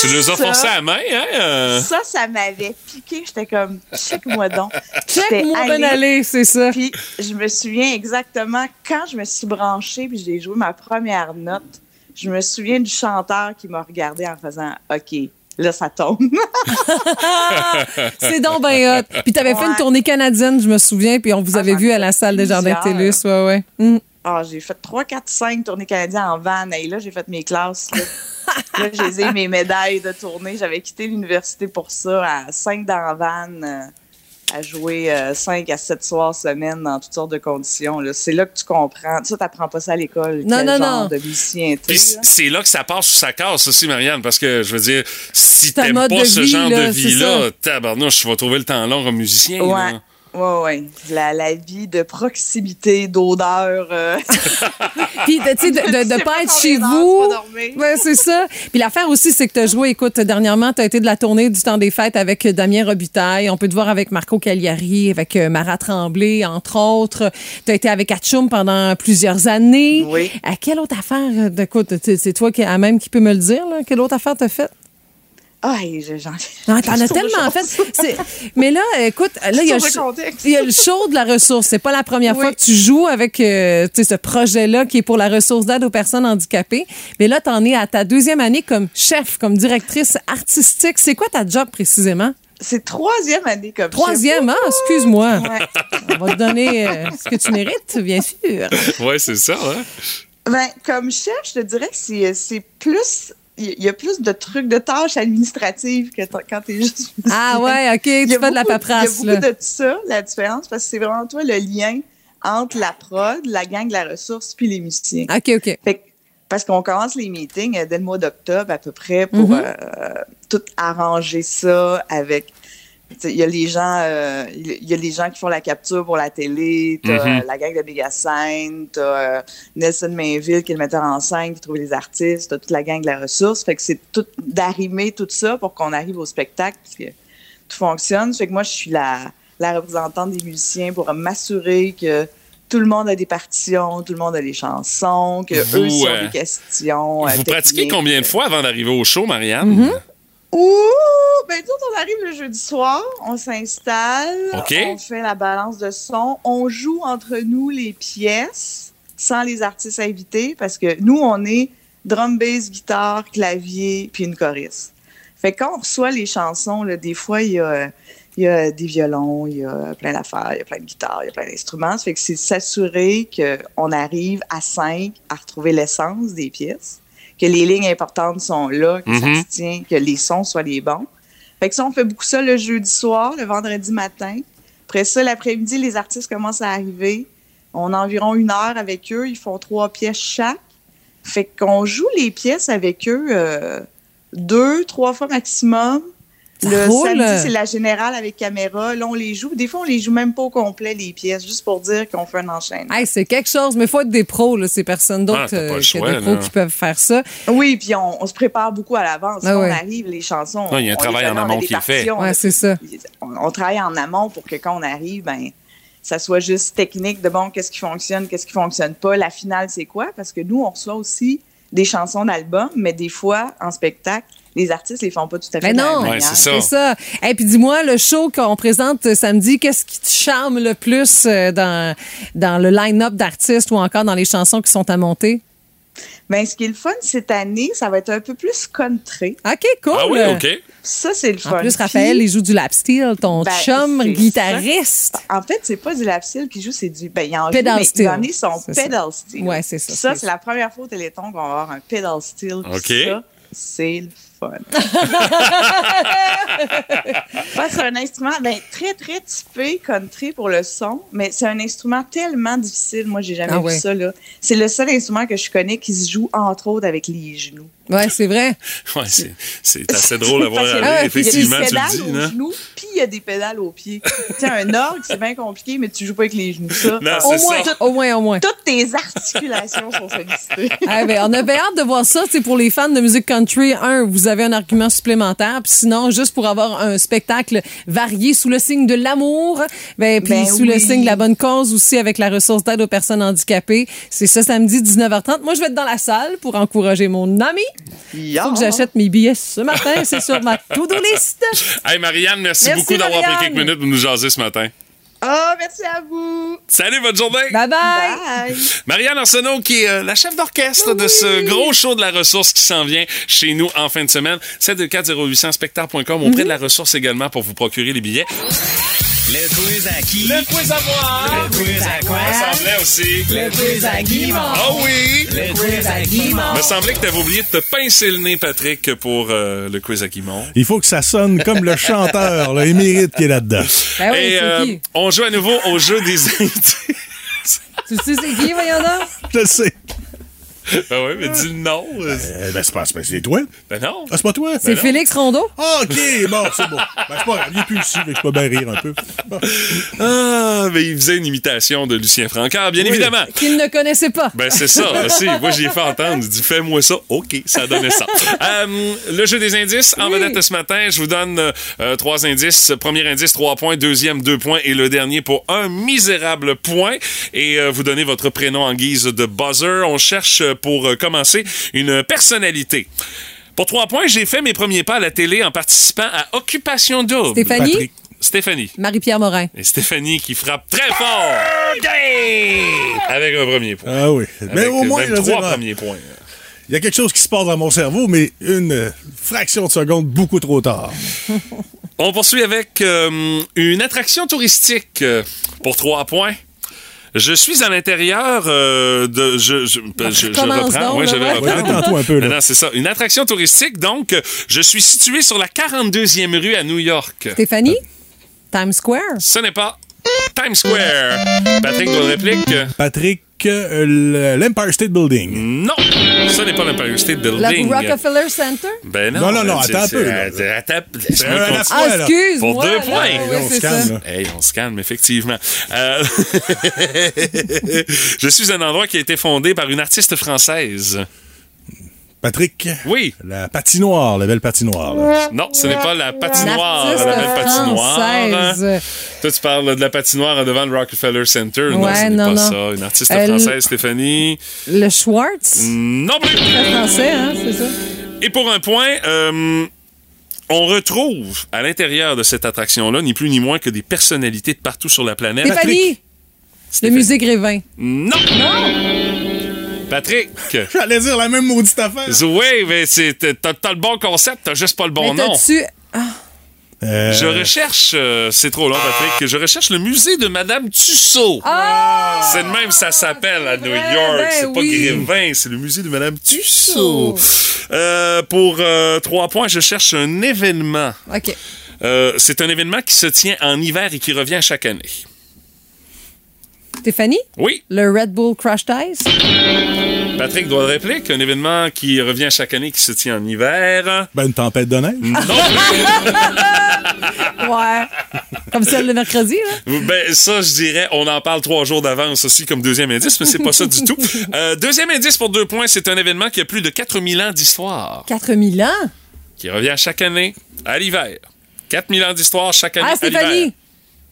A: Tu les as
I: Ça.
A: forcés à la main, hein? euh?
I: Ça, ça m'avait piqué. J'étais comme, check-moi donc. J'étais
C: Check-moi
I: allée-
C: ben aller, c'est ça.
I: Puis je me souviens exactement quand je me suis branchée puis j'ai joué ma première note. Je me souviens du chanteur qui m'a regardé en faisant OK, là ça tombe.
C: Ah! c'est donc ben hot. Puis t'avais fait
I: Ouais.
C: une tournée canadienne, je me souviens, puis on vous
I: Ah,
C: avait
I: j'en
C: vu
I: ai
C: à la
I: fait
C: salle des Jardins
I: plusieurs.
C: Télus. Ouais, ouais. Mm.
I: Ah, j'ai fait 3, 4, 5 tournées canadiennes en van. Et là, j'ai fait mes classes. Là, Là, j'ai eu mes médailles de tournée. J'avais quitté l'université pour ça à 5 dans la van, euh, à jouer 5 à 7 soirs semaine dans toutes sortes de conditions. là. C'est là que tu comprends. Ça, t'apprends pas ça à l'école.
C: Non,
I: quel
C: non,
I: genre
C: non.
I: de musicien t'es,
A: Puis
I: là.
A: c'est là que ça passe sous sa casse aussi, Marianne, parce que je veux dire, si
C: Ta
A: t'aimes
C: mode
A: pas
C: de
A: ce
C: vie,
A: genre
C: là,
A: de
C: c'est
A: vie-là, tabarnouche, tu vas trouver le temps long comme musicien.
I: Ouais.
A: là.
I: Ouais, ouais. La, la vie de proximité, d'odeur. euh,
C: Puis, de- tu sais, de, de, de
I: C'est
C: pas
I: pas
C: être
I: quand
C: chez
I: les
C: vous.
I: enfants dormaient.
C: Ouais, c'est ça. Puis l'affaire aussi, c'est que tu as joué, écoute, dernièrement, tu as été de la tournée du temps des fêtes avec Damien Robitaille. On peut te voir avec Marco Cagliari, avec euh, Marat Tremblay, entre autres. Tu as été avec Hatchoum pendant plusieurs années.
I: Oui.
C: À quelle autre affaire, euh, écoute, c'est c'est toi qui, à même qui peut me le dire, là, quelle autre affaire t'as faite?
I: Ah, et j'ai- j'en ai.
C: Non, t'en as
I: j'ai trop de
C: tellement
I: choses.
C: fait. C'est- Mais là, écoute, là, il y, a le
I: Sur le
C: show-
I: contexte.
C: il y a le show de la ressource. C'est pas la première
I: Oui.
C: fois que tu joues avec euh, tu sais, ce projet-là qui est pour la ressource d'aide aux personnes handicapées. Mais là, t'en es à ta deuxième année comme chef, comme directrice artistique. C'est quoi ta job précisément?
I: C'est troisième année comme ça.
C: Troisième, hein? Excuse-moi.
I: Ouais.
C: On va te donner euh, ce que tu mérites, bien sûr.
A: Ouais, c'est ça, hein?
I: Ben, comme chef, je te dirais que c'est, euh, c'est plus. Il y a plus de trucs, de tâches administratives que t- quand t'es juste.
C: Ah ouais, OK, tu
I: Il y
C: fais
I: a
C: de la
I: beaucoup-
C: paperasse.
I: Il y a
C: Là.
I: beaucoup de ça, la différence, parce que c'est vraiment toi le lien entre la prod, la gang de la ressource, puis les musiciens.
C: OK, OK.
I: Fait que- parce qu'on commence les meetings euh, dès le mois d'octobre à peu près pour
C: Mhm.
I: euh, tout arranger ça avec. tu sais, Il y a les gens, euh, il y a les gens qui font la capture pour la télé. T'as
A: Mhm.
I: euh, la gang de Mégascène, t'as euh, Nelson Mainville qui est le metteur en scène qui trouve les artistes, t'as toute la gang de la ressource. Fait que c'est tout d'arrimer tout ça pour qu'on arrive au spectacle puis que tout fonctionne. Fait que moi je suis la la représentante des musiciens pour m'assurer que tout le monde a des partitions, tout le monde a des chansons, que
A: Vous,
I: eux ils
A: euh,
I: ont des questions. euh,
A: Vous pratiquez
I: techniques.
A: combien de fois avant d'arriver au show, Marianne?
C: Mm-hmm.
I: Ouh, ben tout on arrive le jeudi soir, on s'installe,
A: OK.
I: on fait la balance de son, on joue entre nous les pièces sans les artistes invités parce que nous on est drum, bass, guitare, clavier, puis une choriste. Fait que quand on reçoit les chansons, là, des fois, il y a, il y a des violons, il y a plein d'affaires, il y a plein de guitares, il y a plein d'instruments. Fait que c'est s'assurer qu'on arrive à cinq à retrouver l'essence des pièces, que les lignes importantes sont là, que
A: Mhm.
I: ça se tient, que les sons soient les bons. Fait que ça, on fait beaucoup ça le jeudi soir, le vendredi matin. Après ça, l'après-midi, les artistes commencent à arriver. On a environ une heure avec eux. Ils font trois pièces chaque. Fait qu'on joue les pièces avec eux euh, deux, trois fois maximum.
C: Ça
I: le
C: roule. euh.
I: samedi, c'est la générale avec caméra. Là, on les joue. Des fois, on les joue même pas au complet, les pièces, juste pour dire qu'on fait un enchaînement.
C: Hey, c'est quelque chose, mais faut être des pros, là, ces personnes
A: Ah,
C: d'autres
A: t'as pas le
C: euh, que
A: choix,
C: des pros
A: là.
C: qui peuvent faire ça.
I: Oui, puis on, on se prépare beaucoup à l'avance.
C: Ah
I: Quand
C: ouais.
I: on arrive, les chansons.
A: Ouais, il y a un
I: on les
A: travail en
I: connaît, on a
A: amont
I: des
A: qui est fait.
I: partitions, on a
C: Ouais, c'est ça.
I: on, on travaille en amont pour que quand on arrive, ben ça soit juste technique de bon, qu'est-ce qui fonctionne, qu'est-ce qui fonctionne pas, la finale c'est quoi, parce que nous on reçoit aussi des chansons d'albums, mais des fois en spectacle, les artistes les font pas tout à fait.
C: Mais
I: de la même
C: non,
A: Ouais,
I: manière.
A: c'est ça.
C: c'est ça. Et puis dis-moi, le show qu'on présente euh, samedi, qu'est-ce qui te charme le plus euh, dans, dans le line-up d'artistes ou encore dans les chansons qui sont à monter?
I: Ben, ce qui est le fun cette année, ça va être un peu plus country.
C: OK, cool.
A: Ah oui, OK.
I: Ça c'est le fun.
C: En plus, Raphaël,
I: Puis,
C: il joue du lap steel, ton
I: Ben,
C: chum
I: c'est
C: guitariste.
I: en fait, c'est pas du lapsteel qui joue, c'est du. Ben, il en joue,
C: Pedal
I: mais
C: steel.
I: il en est son
C: C'est ça.
I: pedal steel.
C: Ouais, c'est ça,
I: Ça,
C: c'est-
I: c'est la première fois au Téléthon qu'on va avoir un pedal steel.
A: OK.
I: puis Ça, c'est le fun. Moi, c'est un instrument ben, très, très typé country pour le son, mais c'est un instrument tellement difficile. Moi, j'ai jamais
C: Ah
I: vu
C: ouais.
I: ça. là. C'est le seul instrument que je connais qui se joue, entre autres, avec les genoux.
C: Ouais, c'est vrai.
A: Ouais, c'est- c'est assez drôle à voir
I: Parce que-
A: aller,
C: Ah ouais, puis
A: effectivement,
I: il y a des
A: tu
I: pédales
A: le dis. hein.
I: aux
A: non?
I: genoux, puis il y a des pédales aux pieds. tu sais, un orgue, c'est bien compliqué, mais tu joues pas avec les genoux. Ça,
A: Non,
I: Au
A: c'est
I: moins,
A: ça.
I: tout-
C: Au moins, au moins.
I: toutes tes articulations sont sollicitées.
C: Ah ben, on a bien hâte de voir ça. C'est pour les fans de musique country. Un, vous avez un argument supplémentaire. Puis sinon, juste pour avoir un spectacle varié sous le signe de l'amour, ben, puis
I: Ben
C: sous le
I: oui.
C: signe de la bonne cause aussi avec la ressource d'aide aux personnes handicapées. C'est ce samedi 19h30. Moi, je vais être dans la salle pour encourager mon ami. Faut que j'achète mes billets ce matin. C'est sur ma to-do list.
A: Hey, Marianne, merci,
C: Merci,
A: beaucoup d'avoir pris
C: Marianne.
A: quelques minutes pour nous jaser ce matin.
I: Ah, merci à vous.
A: Salut, bonne journée.
C: Bye bye.
I: Bye.
A: Marianne Arsenault, qui est euh, la chef d'orchestre de ce gros show de la ressource qui s'en vient chez nous en fin de semaine. 724-0800 spectacle.com. On prête
C: Mhm.
A: de la ressource également pour vous procurer les billets.
E: Le quiz à qui?
A: Le quiz à moi! hein?
E: Le quiz à quoi?
A: Ça me semblait aussi.
E: Le quiz à Guimard.
A: Ah oui!
E: Le quiz à Guimard.
A: me semblait que t'avais oublié de te pincer le nez, Patrick, pour euh, le quiz à Guimond.
B: Il faut que ça sonne comme le chanteur, là, il mérite qui est là-dedans.
C: Ben oui,
A: Et
C: c'est
A: euh,
C: qui?
A: on joue à nouveau au jeu des invités.
C: Tu sais, c'est qui, voyons donc?
B: Je le sais.
A: ben oui, mais dis le nom.
B: Euh, ben, c'est pas, c'est pas- c'est toi.
A: Ben non.
B: Ah, c'est pas toi.
C: C'est Félix Rondeau?
B: Ah, OK, bon, c'est bon. Ben, c'est pas grave, il est plus ici, mais je peux bien rire un peu. Bon.
A: Ah, mais il faisait une imitation de Lucien Francard, bien évidemment.
C: Qu'il ne connaissait pas.
A: Ben, c'est ça, aussi. Moi, j'ai fait entendre. Il dit, fais-moi ça. OK, ça donnait ça. Euh, le jeu des indices, en vedette ce matin, je vous donne euh, euh, trois indices. Premier indice, trois points. Deuxième, deux points. Et le dernier pour un misérable point. Et euh, vous donnez votre prénom en guise de buzzer. On cherche, euh, pour euh, commencer, une personnalité. Pour trois points, j'ai fait mes premiers pas à la télé en participant à Occupation Double.
C: Stéphanie?
A: Patrick- Stéphanie.
C: Marie-Pierre Morin.
A: Et Stéphanie qui frappe très fort. Avec un premier point.
B: Ah oui. Mais
A: Avec euh,
B: au moins,
A: même
B: je veux
A: trois
B: dire, ah,
A: premiers points. hein.
B: il y a quelque chose qui se passe dans mon cerveau, mais une euh, fraction de seconde beaucoup trop tard.
A: On poursuit avec euh, une attraction touristique euh, pour trois points. Je suis à l'intérieur euh, de. Je, je, je- je
C: recommence
A: reprends.
C: donc,
A: Ouais,
C: là,
A: je vais
C: ouais.
B: Ouais,
A: reprendre.
B: Détends-toi un peu,
A: Non,
B: là.
A: non, c'est ça. Une attraction touristique, donc, euh, je suis situé sur la 42e rue à New York.
C: Stéphanie? Times Square?
A: Ce n'est pas Times Square. Patrick, bonne réplique.
B: Patrick, euh, le- l'Empire State Building.
A: Non, ce n'est pas l'Empire State Building.
C: Le Rockefeller Center?
A: Ben non,
B: Non, non, non,
A: c'est-
B: attends un
A: c'est-
B: peu, là.
A: Attends, attends, laisse-moi
B: Euh,
A: continuer.
B: la fois,
C: Ah,
B: là.
C: excuse-moi.
A: Pour deux
C: là. Ah
A: points.
C: Oui,
B: Là, on
C: c'est
B: se
C: ça.
B: calme, là.
A: Hey, on se calme, effectivement. Euh, je suis un endroit qui a été fondé par une artiste française.
B: Patrick,
A: Oui.
B: la patinoire, la belle patinoire. là.
A: Non, ce n'est pas la
C: Une
A: patinoire.
C: artiste
A: La belle patinoire.
C: française.
A: Toi, tu parles de la patinoire devant le Rockefeller Center. non,
C: Ouais,
A: ce n'est
C: non,
A: pas
C: non.
A: ça. Une artiste
C: Elle-
A: française, Stéphanie.
C: Le Schwartz?
A: Non plus.
C: Très français, hein, c'est ça?
A: Et pour un point, euh, on retrouve à l'intérieur de cette attraction-là, ni plus ni moins que des personnalités de partout sur la planète.
C: Stéphanie! Le
A: Stéphanie.
C: musée Grévin.
A: Non. Patrick.
B: J'allais dire la même maudite affaire.
A: Oui, mais c'est- t'as t'as le bon concept, t'as juste pas le bon
C: Mais
A: nom.
C: t'as-tu.
B: Euh,
A: Je recherche, euh, c'est trop long, Patrick, je recherche le musée de Madame Tussaud.
C: Ah!
A: C'est de même ça s'appelle à
C: c'est
A: New
C: vrai,
A: York.
C: ben
A: c'est pas
C: oui.
A: Grévin, c'est le musée de Madame Tussaud. Euh, pour euh, trois points, je cherche un événement.
C: OK.
A: Euh, c'est un événement qui se tient en hiver et qui revient chaque année.
C: Stéphanie,
A: Oui,
C: le Red Bull Crash Ties.
A: Patrick doit le répliquer. Un événement qui revient chaque année qui se tient en hiver.
B: Ben, une tempête de neige.
A: Mm.
C: Ouais. Comme celle le mercredi, là.
A: Ben, ça, je dirais, on en parle trois jours d'avance aussi comme deuxième indice, mais c'est pas ça du tout. Euh, deuxième indice pour deux points, c'est un événement qui a plus de 4000 ans d'histoire,
C: 4000 ans. Ah,
A: qui revient chaque année à l'hiver. 4000 ans d'histoire chaque année
C: Ah,
A: à l'hiver.
C: Stéphanie,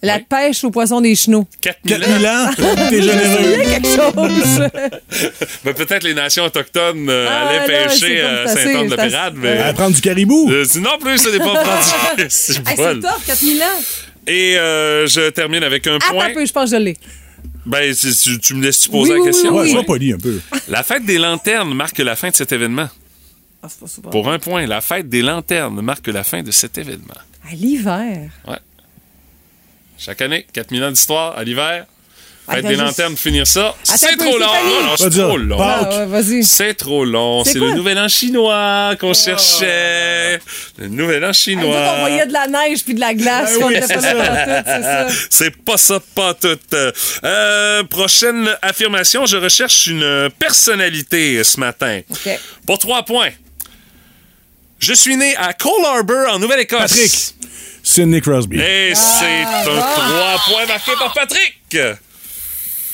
C: la
A: Oui.
C: pêche aux poissons des chenaux.
A: 4000 ans.
B: 4000 ans. T'es
C: Il y a
B: généreux.
C: quelque chose.
A: Ben, peut-être les nations autochtones euh,
C: Ah,
A: allaient
C: là,
A: pêcher
C: c'est comme
A: euh,
C: ça, c'est-
A: Saint-Anne-de-Pirate,
C: c'est-
A: mais...
B: À prendre du caribou.
A: Euh, non plus, ce n'est pas pratique. C'est
C: Hey,
A: bon.
C: c'est top, 4000 ans.
A: Et euh, je termine avec un
C: Attends
A: point.
C: un peu, je pense que je l'ai.
A: Ben, tu, tu- tu me laisses-tu poser
C: Oui,
A: la
C: oui,
A: question?
B: Ouais,
C: oui.
B: sois poli un peu.
A: La fête des lanternes marque la fin de cet événement.
C: Ah, c'est pas souvent.
A: Pour un point, la fête des lanternes marque la fin de cet événement.
C: À Ah, l'hiver.
A: Ouais. Chaque année, 4000 ans d'histoire à l'hiver. Fête
C: Attends,
A: des
C: juste-
A: lanternes, finir ça. C'est
C: un peu,
A: trop long.
C: Stéphanie.
A: Non, non, c'est
B: Pas dire.
A: trop long.
B: Pas-
C: Ah, ouais, vas-y.
A: C'est trop long.
C: C'est
A: C'est le
C: quoi?
A: nouvel an chinois qu'on cherchait. Le nouvel an
C: Hey, Ah, nous autres, on
A: chinois.
C: voyait de la neige puis de la glace.
B: Ben
C: qu'on
B: oui,
C: était pas
B: c'est
C: dans la tête, c'est ça.
A: C'est pas ça, pas tout. Euh, prochaine affirmation, je recherche une personnalité euh, ce matin.
C: OK.
A: Pour trois points. Je suis né à Cole Harbour, en Nouvelle-Écosse.
B: Patrick. Sidney Crosby.
A: Et
C: Ah,
A: c'est un trois points marqué par Patrick.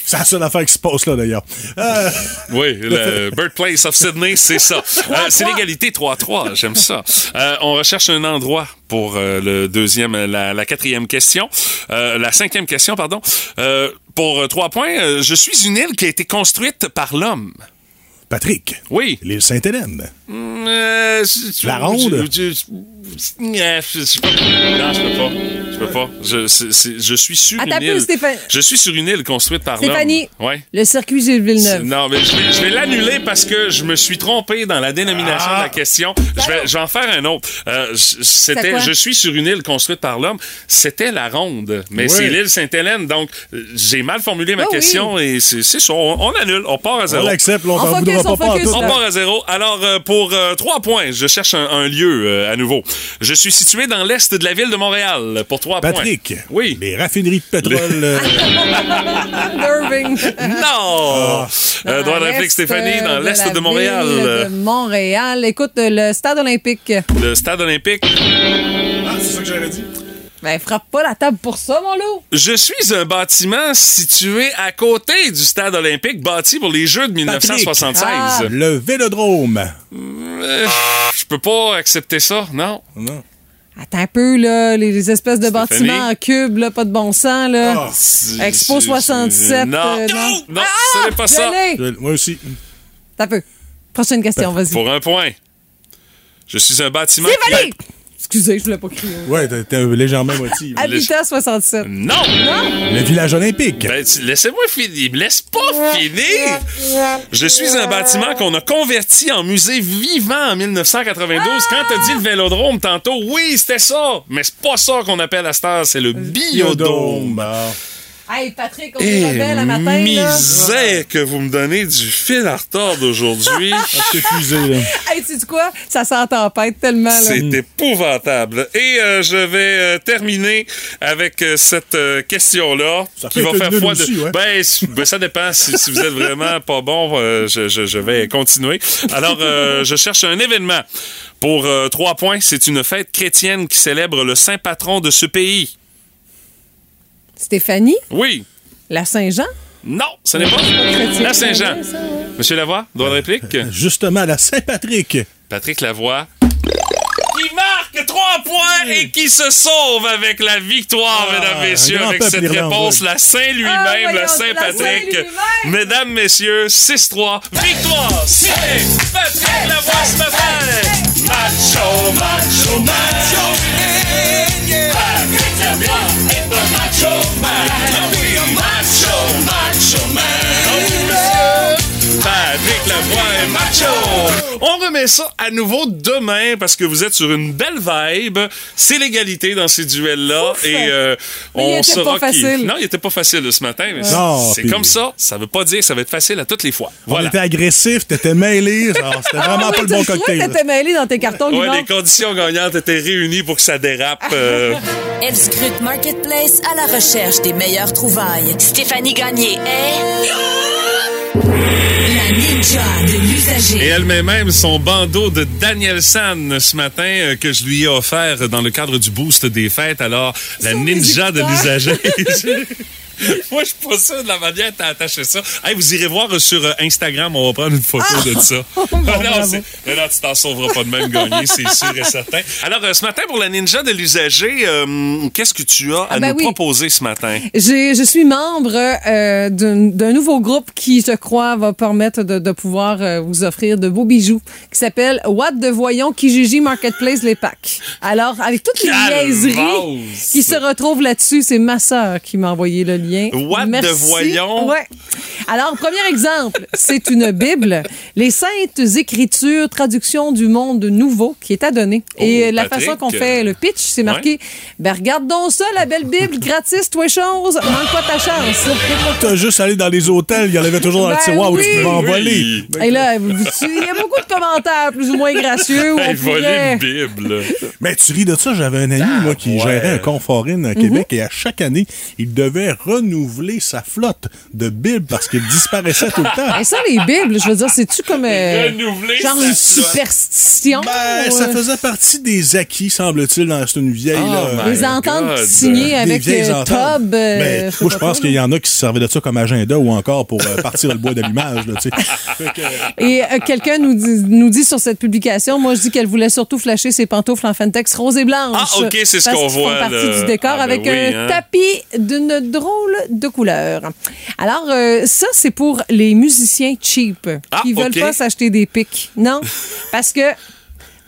B: C'est la seule affaire qui se passe là, d'ailleurs. Euh,
A: Oui, le Birthplace of Sydney, c'est ça. Euh, c'est l'égalité 3-3, j'aime ça. Euh, on recherche un endroit pour euh, le deuxième, la, la quatrième question. Euh, la cinquième question, pardon. Euh, pour euh, trois points, euh, je suis une île qui a été construite par l'homme.
B: Patrick.
A: Oui.
B: L'île Sainte-Hélène.
A: Euh, je- je-
B: La ronde?
A: Je, je- je- euh, je- je peux pas. non, je peux pas. Je peux pas. Je, c'est- c'est- je suis sur
C: Attends un
A: une
C: peu,
A: île.
C: Stéphane-
A: Je suis sur une île construite par l'homme.
C: Stéphanie.
A: Ouais.
C: Le circuit Gilles
A: C'est-
C: Villeneuve.
A: Non, mais je vais, je vais l'annuler parce que je me suis trompé dans la dénomination
C: Ah.
A: de la question. Je vais, je vais en faire un autre. Euh, j- j- C'était
C: Ben quoi?
A: Je suis sur une île construite par l'homme. C'était la ronde. Mais
B: Oui.
A: c'est l'île Sainte-Hélène. Donc, euh, j'ai mal formulé ma
C: Ah oui.
A: question et c'est c'est ça. On, on annule. On part à
B: On
A: zéro.
B: l'accepte, là, on
C: On
B: t'en
C: focus,
B: voudra pas
C: on
B: pas en
C: focus,
B: tout.
A: On part à zéro. Alors, euh, pour euh, trois points, je cherche un, un lieu euh, à nouveau. Je suis situé dans l'est de la ville de Montréal pour trois
B: Patrick.
A: points. Oui. Ah,
B: Les raffineries de pétrole. euh,
C: Irving.
B: Ah.
A: Non! Euh, droit de
C: Ah. Dans
A: réplique,
C: l'est,
A: Stéphanie,
C: euh,
A: dans l'est de,
C: la
A: Montréal. euh,
C: ville de Montréal. Écoute, euh, le stade olympique.
A: Le stade olympique.
B: Ah, c'est ça que j'aurais dit.
C: Ben, frappe pas la table pour ça, mon loup.
A: Je suis un bâtiment situé à côté du stade olympique, bâti pour les Jeux de 1976.
C: Ah.
B: Le Vélodrome.
A: Euh, je peux pas accepter ça, non?
B: Non.
C: Attends un peu, là, les, les espèces de
A: Stéphanie?
C: bâtiments en cube, là, pas de bon sens, là.
B: Ah,
C: Expo
A: Je- je-
C: 67.
A: Non,
C: euh,
A: non, non, ce n'est pas
C: je
A: ça.
C: l'ai.
B: Je- Moi aussi.
C: Attends un peu. Prochaine question, vas-y.
A: Pour un point. Je suis un bâtiment. qui-
C: Stéphanie! Excusez, je voulais pas crier.
B: Ouais, t'es- t'es légèrement moitié.
C: Habitat 67.
A: Non!
B: Le village olympique.
A: Ben, tu- laissez-moi finir. Me laisse pas finir! Je suis un bâtiment qu'on a converti en musée vivant en 1992. Quand t'as dit le vélodrome tantôt, oui, c'était ça! Mais c'est pas ça qu'on appelle à cette heure, c'est le Euh, biodôme.
B: Biodôme. Ah.
C: Hey, Patrick, on
A: Eh,
C: est rebelle à matin, là.
A: misère que vous me donnez du fil à retard d'aujourd'hui.
B: C'est fusé, là.
C: Hey, tu sais quoi? Ça sent la tempête tellement, là.
A: C'est épouvantable. Et euh, je vais euh, terminer avec euh, cette euh, question-là
B: Ça
A: qui
B: peut
A: va
B: être
A: faire
B: nul
A: foi de.
B: aussi, ouais.
A: ben, si- ben, ça dépend. Si, si vous êtes vraiment pas bon, euh, je, je- je vais continuer. Alors, euh, je cherche un événement. Pour euh, trois points, c'est une fête chrétienne qui célèbre le saint patron de ce pays.
C: Stéphanie,
A: Oui.
C: la Saint-Jean.
A: Non, ce n'est pas
C: chrétien.
A: la Saint-Jean.
C: Ça, ouais.
A: Monsieur Lavoie, droit de réplique.
B: Justement, la Saint-Patrick.
A: Patrick Lavoie. Qui marque trois points et qui se sauve avec la victoire,
B: Ah,
A: mesdames, messieurs,
B: grand
A: avec
B: peuple
A: cette
B: irlandais.
A: réponse. La Saint lui-même,
C: Ah, voyons,
A: la
C: la Saint
A: Saint-Patrick.
C: lui-même.
A: mesdames, messieurs, 6-3. Victoire! C'est Patrick Lavoie ce matin! Macho, macho, macho! Patrick Lavoie est un macho Ah man. Don't be a macho, macho man. Oh, monsieur. Patrick On remet ça à nouveau demain parce que vous êtes sur une belle vibe. C'est l'égalité dans ces duels-là.
C: Ouf.
A: Et euh,
C: Mais il
A: on
C: était
A: saura
C: pas
A: qui-
C: facile.
A: Non, il était pas facile ce matin, mais
B: Non,
A: c'est
B: puis-
A: comme ça. Ça veut pas dire que ça va être facile à toutes les fois. Voilà.
B: On était agressif, t'étais mêlé, genre, c'était vraiment
C: Ah
B: pas
C: oui,
B: le
C: tu
B: bon
C: je trouvais
B: cocktail.
C: que t'étais mêlé dans tes cartons,
A: Ouais,
C: Guillaume.
A: les conditions gagnantes étaient réunies pour que ça dérape. euh.
J: Elle scrute Marketplace à la recherche des meilleures trouvailles. Stéphanie Gagné est... La ninja de
A: Et
J: l'usager.
A: elle-même, son bandeau de Daniel San ce matin euh, que je lui ai offert dans le cadre du boost des fêtes. Alors, la ninja de l'usager. Moi, je suis pas sûr de la manière dont t'as attaché ça. Hey, vous irez voir euh, sur euh, Instagram, on va prendre une photo de ça. Ah non, c'est- mais non, tu t'en sauveras pas de même gagner, c'est sûr et certain. Alors, euh, ce matin, pour la ninja de l'usager, euh, qu'est-ce que tu as à
C: Ah, ben
A: nous
C: oui.
A: proposer ce matin?
C: J'ai- je suis membre euh, d'un d'un nouveau groupe qui, je crois, va permettre de, de pouvoir euh, vous offrir de beaux bijoux qui s'appelle What de Voyons Kijiji Marketplace Les Packs. Alors, avec toutes les
A: Calvaire.
C: niaiseries qui se retrouvent là-dessus, c'est ma sœur qui m'a envoyé le lien.
A: What de Voyons?
C: Ouais. Alors, premier exemple, c'est une Bible, les Saintes Écritures, traduction du monde nouveau qui est à donner. Et
A: Oh,
C: euh, la
A: Patrick.
C: façon qu'on fait le pitch, c'est marqué Ben regarde donc ça, la belle Bible, gratis, toi chose, manque pas ta chance.
B: T'as juste allé dans les hôtels, il y en avait toujours dans
C: Ben
B: le tiroir où tu
C: oui.
B: pouvais en
A: Oui.
B: voler.
A: Ben,
C: Et là, vous- tu- il y a beaucoup de commentaires plus ou moins gracieux. où on
A: Hey, voler
C: pourrait-
A: une Bible.
B: Mais Ben, tu ris de ça, j'avais un ami,
C: Ah,
B: moi, qui
A: ouais.
B: gérait un conforine à Québec
C: Mhm.
B: et à chaque année, il devait renouveler sa flotte de bibles parce qu'il disparaissait tout le temps.
C: Et ça, les Bibles, je veux dire, c'est-tu comme. euh,
A: Renouveler
C: genre
A: sa
C: une
A: flotte.
C: superstition?
B: Ben,
C: ou,
B: ça
C: euh,
B: faisait partie des acquis, semble-t-il, dans c'est une vieille.
A: Ah,
B: là,
A: my
C: les ententes
A: God.
C: signées
B: des
C: ben, avec
B: vieilles
C: euh,
B: ententes.
C: Tob. euh,
B: Mais
C: sais
B: moi,
C: pas
B: je pense
C: quoi.
B: qu'il y en a qui se servaient de ça comme agenda ou encore pour euh, partir le bois d'allumage. là, tu sais. Fait que,
C: Et euh, quelqu'un nous dit, nous dit sur cette publication, moi je dis qu'elle voulait surtout flasher ses pantoufles en Fentex rose et blanche.
A: Ah, OK, c'est ce
C: Parce
A: qu'on
C: qu'ils font
A: voit,
C: partie
A: là.
C: du décor
A: Ah, ben
C: avec
A: oui,
C: un
A: hein.
C: tapis d'une drôle de couleur. Alors, euh, ça, c'est pour les musiciens cheap
A: Ah,
C: qui veulent
A: OK.
C: pas s'acheter des pics. Non, parce que...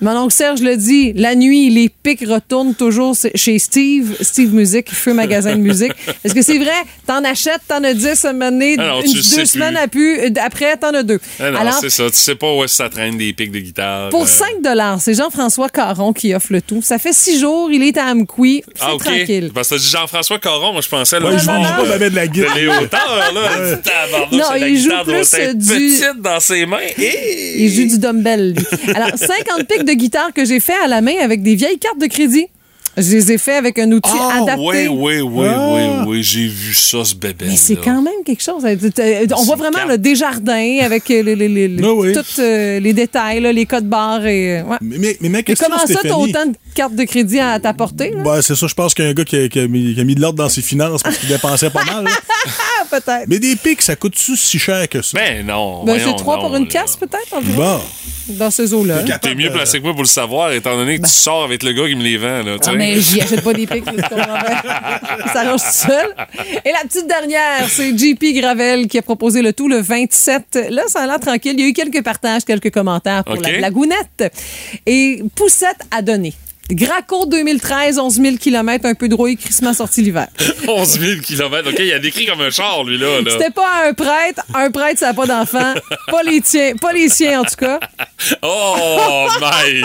C: Mon oncle Serge le dit, la nuit, les pics retournent toujours chez Steve, Steve Music, Feu Magasin de Musique. Est-ce que c'est vrai? T'en achètes, t'en as 10 à un moment donné,
A: Ah non,
C: une-
A: tu le sais
C: deux
A: plus.
C: semaines à pu- après, t'en as deux.
A: Ah non,
C: Alors,
A: c'est ça. Tu sais pas où est-ce que ça traîne des pics de guitare.
C: pour
A: euh.
C: 5 dollars, c'est Jean-François Caron qui offre le tout. Ça fait six jours, il est à Amqui, c'est
A: Ah, OK.
C: tranquille.
A: Parce que t'as dit Jean-François Coron, moi, je pensais à
B: ouais, je mange pas ma
A: de
B: de la guitare.
A: les hauteurs, là. Tabarnouche,
C: Non,
A: c'est la
C: il joue
A: guitare doit
C: plus,
A: être
C: euh, du-
A: petite dans ses mains. Et...
C: Il joue du dumbbell, lui. Alors, 50 pics de guitare que j'ai fait à la main avec des vieilles cartes de crédit. Je les ai fait avec un outil
A: Ah, oui,
C: adapté.
A: oui, oui,
B: Ah.
A: oui, oui. J'ai vu ça, ce bébé.
C: Mais c'est quand même quelque chose. Euh, On voit vraiment
A: carte.
C: le déjardin avec euh, les, les, les- les-
B: Ah oui.
C: tous euh, les détails, là, les codes barres. Et, euh, ouais.
B: Mais, mais, mais ma
C: Et
B: question,
C: comment ça, t'as
B: Stéphanie-
C: autant de cartes de crédit à ta portée? là?
B: Ben, c'est ça, je pense qu'il y a un gars qui a, qui a mis, qui a mis de l'ordre dans ses finances parce qu'il dépensait pas mal. là.
C: Ah, peut-être.
B: Mais des pics, ça coûte-tu si cher que ça?
A: Mais non.
C: Ben,
A: voyons
C: c'est trois pour
A: donc,
C: une
A: là.
C: casse, peut-être, environ,
B: Bon.
C: dans ces eaux-là.
A: T'es mieux placé que moi pour le savoir, étant donné que tu sors avec le gars qui me les vend, là. tu
C: Ben. Ah,
A: sais.
C: mais j'y achète pas des pics, tu comprends bien. ben, Ça range tout seul. Et la petite dernière, c'est JP Gravel qui a proposé le tout le 27. Là, ça a l'air tranquille. Il y a eu quelques partages, quelques commentaires pour
A: OK.
C: la blagounette. Et Poussette a donné. Graco 2013, 11 000 km, un peu drôle, crissement sorti l'hiver.
A: 11 000 km. OK, il a décrit comme un char, lui, là. là.
C: C'était pas un prêtre. Un prêtre, ça n'a pas d'enfant. Pas les tiens. Pas les siens, en tout cas.
A: Oh, my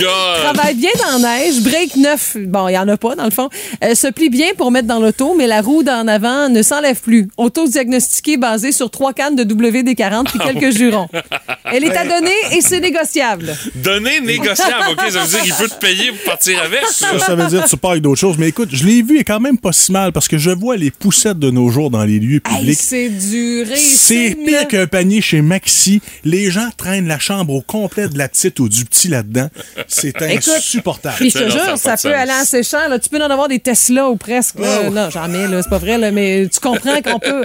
A: God.
C: Travaille bien dans la neige, break neuf. Bon, il n'y en a pas, dans le fond. Euh, se plie bien pour mettre dans l'auto, mais la roue d'en avant ne s'enlève plus. Auto diagnostiquée basée sur trois cannes de WD-40 puis
A: Ah
C: quelques jurons. Elle est à donner et c'est négociable.
A: Donner négociable, OK? Ça veut dire qu'il peut te payer pour partir avec.
B: Ça, ça veut dire que tu pars avec d'autres choses. Mais écoute, je l'ai vu, et quand même pas si mal parce que je vois les poussettes de nos jours dans les lieux
C: Hey,
B: publics.
C: c'est duré.
B: C'est pire qu'un panier chez Maxi. Les gens traînent la chambre au complet de la petite ou du petit là-dedans. C'est
C: Écoute,
B: insupportable.
C: Puis je te
A: Ça, non, ça a
C: jure, ça
A: pas de
C: peut
A: sens.
C: aller en séchant. Là. Tu peux en avoir des Tesla ou presque. là.
B: Oh.
C: Non, jamais, là, c'est pas vrai, là, mais tu comprends qu'on peut,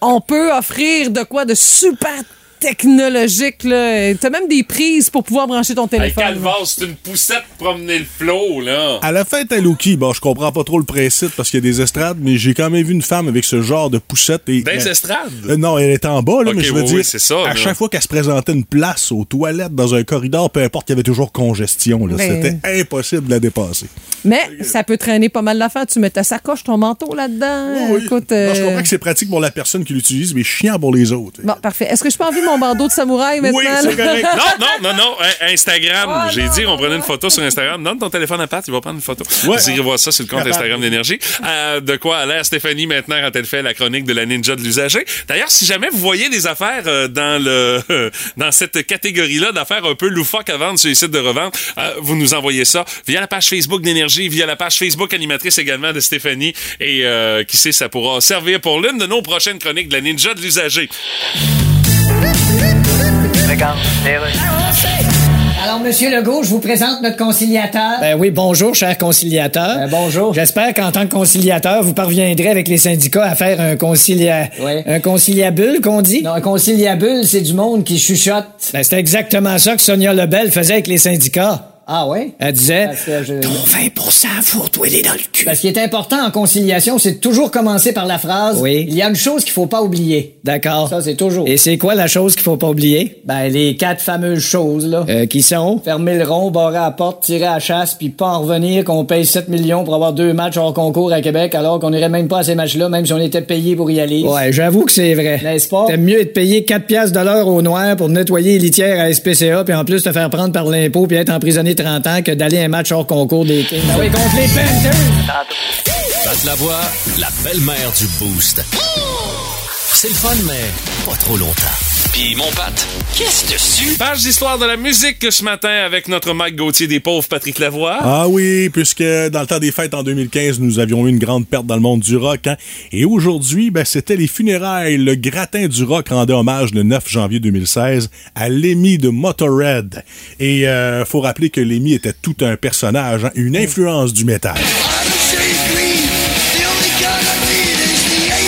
C: on peut offrir de quoi de super technologique. là. Et T'as même des prises pour pouvoir brancher ton
A: Hey,
C: téléphone.
A: Calvas, c'est une poussette pour promener le flot, là.
B: À la fête à Loki, bon, je comprends pas trop le principe parce qu'il y a des estrades, mais j'ai quand même vu une femme avec ce genre de poussette. Et,
A: Dans les
B: Euh,
A: estrades?
B: Euh, non, elle était en bas, là,
A: Ok,
B: mais je veux
A: oui,
B: dire,
A: oui, c'est ça,
B: à
A: là.
B: chaque fois qu'elle se présentait une place aux toilettes, dans un corridor, peu importe, il y avait toujours congestion. là.
C: Ben.
B: C'était impossible de la dépasser.
C: Mais ça peut traîner pas mal d'affaires. Tu mets ta sacoche, ton manteau là-dedans.
B: Oui, oui.
C: Écoute,
B: Non, je
C: euh,
B: comprends que c'est pratique pour la personne qui l'utilise, mais chiant pour les autres.
C: Bon, parfait. Est-ce que je peux enlever mon bandeau de samouraï maintenant.
A: Oui,
C: là.
A: c'est correct. Non, non, non, non. euh, Instagram. J'ai dit, on prenait une photo sur Instagram. Donne ton téléphone à Pat, il va prendre une photo. Vous irez voir ça sur le compte
B: Capable.
A: Instagram d'Énergie. Euh, de quoi aller à Stéphanie maintenant quand elle fait la chronique de la ninja de l'usager. D'ailleurs, si jamais vous voyez des affaires euh, dans le dans cette catégorie-là d'affaires un peu loufoques à vendre sur les sites de revente, euh, vous nous envoyez ça via la page Facebook d'Énergie, via la page Facebook animatrice également de Stéphanie. Et euh, qui sait, ça pourra servir pour l'une de nos prochaines chroniques de la ninja de l'usager.
H: Alors, Monsieur Legault, je vous présente notre conciliateur. Ben,
G: Ben oui, bonjour, cher conciliateur. bonjour. J'espère qu'en tant que conciliateur, vous parviendrez avec les syndicats à faire un concilia...
H: Ouais.
G: Un conciliabule, qu'on dit?
H: Non, un conciliabule, c'est du monde qui chuchote.
G: Ben, c'est exactement ça que Sonia Lebel faisait avec les syndicats.
H: Ah ouais?
G: Elle disait...
H: Parce que je-
G: Ton 20 fourre toi est dans le cul.
H: Ben, ce qui est important en conciliation, c'est de toujours commencer par la phrase
G: Oui.
H: Il y a une chose qu'il faut pas oublier.
G: D'accord.
H: Ça, c'est toujours.
G: Et c'est quoi la chose qu'il faut pas oublier?
H: Ben, les quatre fameuses choses, là.
G: Euh, qui sont?
H: Fermer le rond, barrer la porte, tirer à la chasse, puis pas en revenir, qu'on paye 7 millions pour avoir deux matchs hors concours à Québec, alors qu'on n'irait même pas à ces matchs-là, même si on était payé pour y aller.
G: Ouais, j'avoue que c'est vrai.
H: N'est-ce pas?
G: T'aimes mieux être payé 4 piastres de l'heure au noir pour nettoyer les litières à SPCA, puis en plus te faire prendre par l'impôt puis être emprisonné 30 ans que d'aller à un match hors concours des Kings.
H: Ben oui, contre les Panthers!
E: Pat Lavoie, la belle-mère du Boost. C'est le fun, mais pas trop longtemps. Puis mon Pat, qu'est-ce dessus?
A: Page d'histoire de la musique ce matin avec notre Mike Gauthier des pauvres Patrick Lavoie.
B: Ah oui, puisque dans le temps des fêtes en 2015, nous avions eu une grande perte dans le monde du rock. hein. Et aujourd'hui, ben, c'était les funérailles. Le gratin du rock rendait hommage le 9 janvier 2016 à Lemmy de Motorhead. Et euh, faut rappeler que Lemmy était tout un personnage, hein, une influence du métal.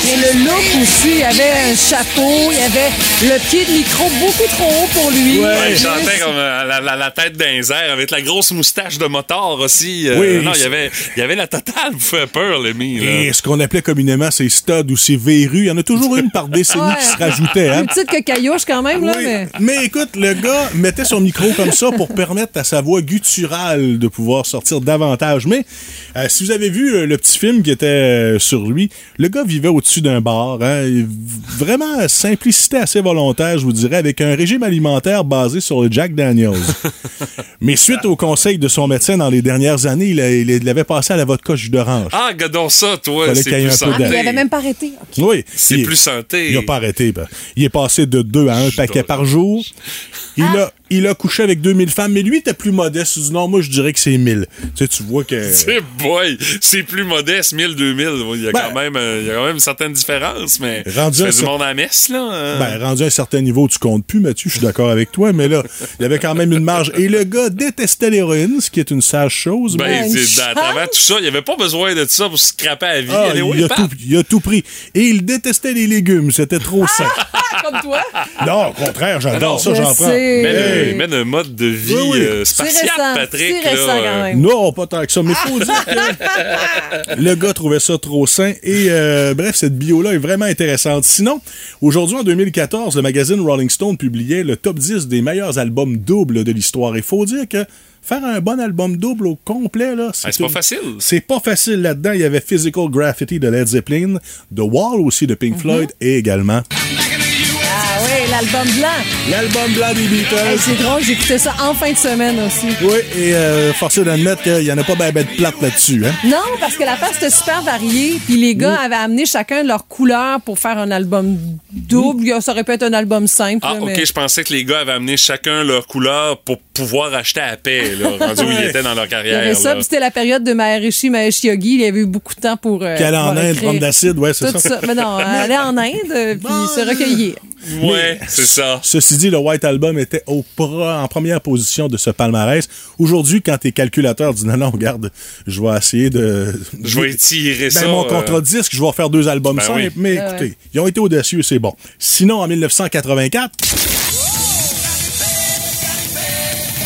C: Et le look aussi, il avait un chapeau, il avait le pied de micro beaucoup trop haut pour lui.
A: Ouais, il
C: Juste-
A: chantait comme euh, la, la- la tête d'un air avec la grosse moustache de motard aussi. Euh,
B: Oui.
A: non, il y avait, il y avait la totale vous fait peur, le mi.
B: Et ce qu'on appelait communément ces studs ou ces verrues, il y en a toujours une par décennie qui se rajoutait. hein.
C: Plus petite que Caillouche quand même, là,
B: Ah Oui,
C: mais...
B: mais écoute, le gars mettait son micro comme ça pour permettre à sa voix gutturale de pouvoir sortir davantage. Mais euh, si vous avez vu euh, le petit film qui était euh, sur lui, le gars vivait au-dessus d'un bar. hein. Il- vraiment, euh, simplicité assez volontaire, je vous dirais, avec un régime alimentaire basé sur le Jack Daniels. Mais suite au conseil de son médecin dans les dernières années, il, a- il l'avait passé à la vodka jus d'orange.
A: Ah, gadon ça, toi.
B: Fallait
A: C'est
B: qu'il y ait
A: plus
B: un peu
C: Ah, mais il
A: santé.
C: avait même pas arrêté. OK.
B: Oui.
A: C'est
B: Il-
A: plus santé.
B: il n'a pas arrêté. ben. Il est passé de deux à un paquet par jour.
A: Ah.
B: Il, a, il a couché avec 2000 femmes, mais lui était plus modeste. Il dit non, moi, je dirais que c'est 1000. Tu sais, tu vois que.
A: C'est Eh boy, c'est plus modeste, 1000, 2000. Il y a
B: Ben-
A: quand même, euh, il y a quand même une certaine différence, mais
B: Rendu
A: c'est
B: à
A: du
B: ce-
A: monde à la messe, là. euh.
B: Ben, rendu à un certain niveau, tu comptes plus, Mathieu, je suis d'accord avec toi, mais là, il y avait quand même une marge. Et le gars détestait l'héroïne, ce qui est une sage chose. mais-
A: Ben,
C: une
A: c'est- à
C: chance.
A: travers tout ça, il n'y avait pas besoin de ça pour se scraper à la vie.
B: Ah,
A: Allez, oui,
B: il, a
A: Pat.
B: tout, il a tout pris. Et il détestait les légumes, c'était trop sain.
C: Ah, comme toi.
B: Non, au contraire,
A: Ah Non, non,
B: j'adore ça,
C: je
B: j'en prends.
C: sais.
A: Mène,
B: Hey.
A: euh, mène un mode de vie
B: Oui, oui.
A: euh,
C: C'est
A: spatial,
C: récent.
A: Patrick.
C: C'est récent
A: là, euh,
C: quand même.
B: Non, pas tant que ça, mais faut dire que le gars trouvait ça trop sain. Et euh, bref, cette bio-là est vraiment intéressante. Sinon, aujourd'hui, en 2014, le magazine Rolling Stone publiait le top 10 des meilleurs albums doubles de l'histoire. Et faut dire que faire un bon album double au complet, là,
A: Ah, c'est pas
B: une-
A: facile.
B: C'est pas facile là-dedans. Il y avait Physical Graffiti de Led Zeppelin, The Wall aussi de
C: Mhm.
B: Pink Floyd et également
C: Ah oui, l'album blanc.
B: l'album Blanc des
C: Hey,
B: Beatles.
C: c'est drôle, j'écoutais ça en fin de semaine aussi.
B: Oui, et euh, forcé d'admettre qu'il y en a pas ben ben de plate là-dessus. Hein?
C: Non, parce que la face était super variée, puis les gars avaient amené chacun leur couleur pour faire un album double. Ça aurait pu être un album simple.
A: Ah,
C: là, mais...
A: ok, je pensais que les gars avaient amené chacun leur couleur pour pouvoir acheter à paix, là, rendu où ils étaient dans leur
C: Il y
A: carrière.
C: avait ça,
A: là.
C: puis c'était la période de Maharishi Mahesh Yogi. Il y avait eu beaucoup de temps pour. Euh,
B: Puis aller en
C: pour
B: Inde,
C: écrire
B: prendre d'acide, ouais, c'est
C: Tout
B: ça.
C: ça. Mais non, aller en Inde, euh, puis
B: Bon.
C: se recueillir.
A: Ouais, c'est ça.
B: Ceci dit, le White Album était au pro- en première position de ce palmarès. Aujourd'hui, quand tes calculateurs disent non, non, regarde, je vais essayer de.
A: Je vais étirer
B: Dans
A: ça.
B: mon
A: euh,
B: contrat disque, je vais faire deux albums
A: Ben
B: simples,
A: oui.
B: mais
C: Ah
B: écoutez, ils ont été audacieux, c'est bon. Sinon, en 1984,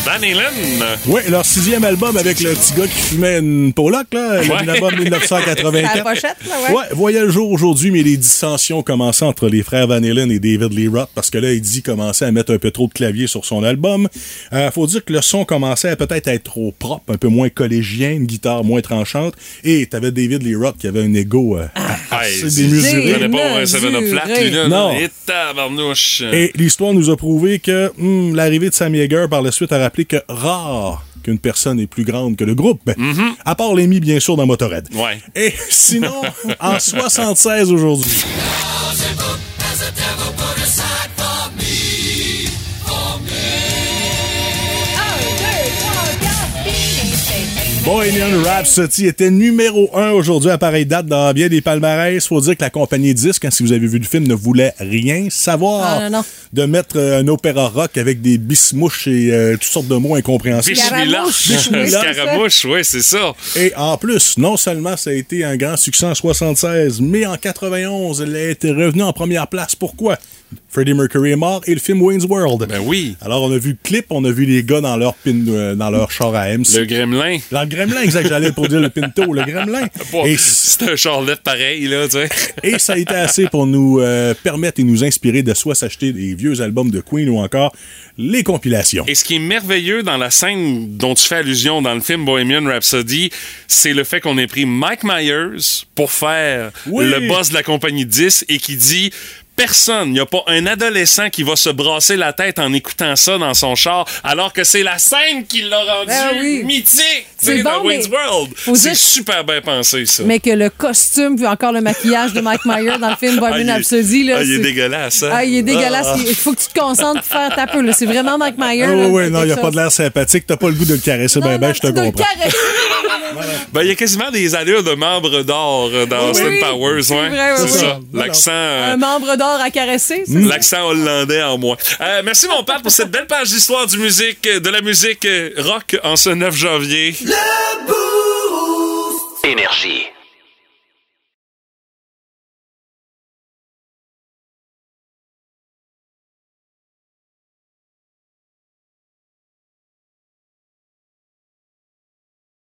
A: Van Halen.
B: Oui, Euh, leur sixième album avec le petit gars qui fumait une Pollock, là,
A: Ouais.
B: l'album 1984.
C: La pochette, là, ouais.
B: Ouais, voyait le jour aujourd'hui, mais les dissensions commençaient entre les frères Van Halen et David Lee Roth parce que là, Eddie commençait à mettre un peu trop de clavier sur son album. Euh, faut dire que le son commençait à peut-être être trop propre, un peu moins collégien, une guitare moins tranchante. Et t'avais David Lee Roth qui avait un ego euh,
C: Ah.
B: assez
A: Je
B: démesuré.
A: connais pas un Seven Up Flat, lui, là.
B: Non.
A: Et tabarnouche.
B: Et l'histoire nous a prouvé que hum, l'arrivée de Sam Yeager par la suite a rappelé que rare qu'une personne est plus grande que le groupe, Ben, à part l'ami bien sûr dans Motorhead.
A: Ouais.
B: Et sinon, en 76 aujourd'hui. Bohemian Rhapsody était numéro un aujourd'hui à pareille date dans bien des palmarès. Faut dire que la compagnie disque, hein, si vous avez vu le film, ne voulait rien savoir
C: Ah, non, non.
B: de mettre euh, un opéra rock avec des bismouches et euh, toutes sortes de mots incompréhensibles.
A: Bichouilache.
C: Bichouilache.
A: Scaramouche, oui, c'est ça.
B: Et en plus, non seulement ça a été un grand succès en 76, mais en 91, elle a été revenue en première place. Pourquoi? Freddie Mercury est mort et le film Wayne's World.
A: Ben oui.
B: Alors, on a vu le clip, on a vu les gars dans leur, pin, euh, dans leur char à MC.
A: Le gremlin.
B: Dans le gremlin, exact, j'allais pour dire le pinto, le gremlin.
A: Bon,
B: Et,
A: C'est un charlotte pareil, là, tu sais.
B: et ça a été assez pour nous euh, permettre et nous inspirer de soit s'acheter des vieux albums de Queen ou encore les compilations.
A: Et ce qui est merveilleux dans la scène dont tu fais allusion dans le film Bohemian Rhapsody, c'est le fait qu'on ait pris Mike Myers pour faire
B: Oui.
A: le boss de la compagnie 10 et qui dit Personne, il n'y a pas un adolescent qui va se brasser la tête en écoutant ça dans son char, alors que c'est la scène qui l'a rendu
C: Ben oui.
A: mythique tu sais,
C: C'est
A: dans
C: bon,
A: Wayne's
C: mais
A: World.
C: faut
A: C'est
C: dire-
A: super bien pensé, ça.
C: Mais que le costume, puis encore le maquillage de Mike Myers dans le film
A: Ah, il
C: Bohemian
A: est-
C: Rhapsody. là,
A: ah, il est
C: c'est-
A: dégueulasse, hein?
C: Ah, il est dégueulasse.
A: Ah.
C: Il faut que tu te concentres pour faire ta peu. C'est vraiment Mike Myers.
B: Ah
C: là,
B: oui, oui,
C: c'est
B: non, il
C: quelque
B: n'y a pas
C: chose.
B: de l'air sympathique, t'as pas le goût de le caresser, ben
C: Non,
B: ben,
C: non,
B: je te
C: tu dois le
B: comprends.
C: caresser.
A: Ben, il y a quasiment des allures de membres d'or euh, dans
C: Oui,
A: Austin
C: oui,
A: Powers,
C: c'est
A: ouais.
C: vrai, ouais, Ah,
A: C'est
C: ouais.
A: ça. L'accent. euh,
C: Un membre d'or à caresser. c'est ça?
A: L'accent hollandais en moi. Euh, merci, mon père, pour cette belle page d'histoire du musique, euh, de la musique euh, rock en ce 9 janvier.
E: Énergie.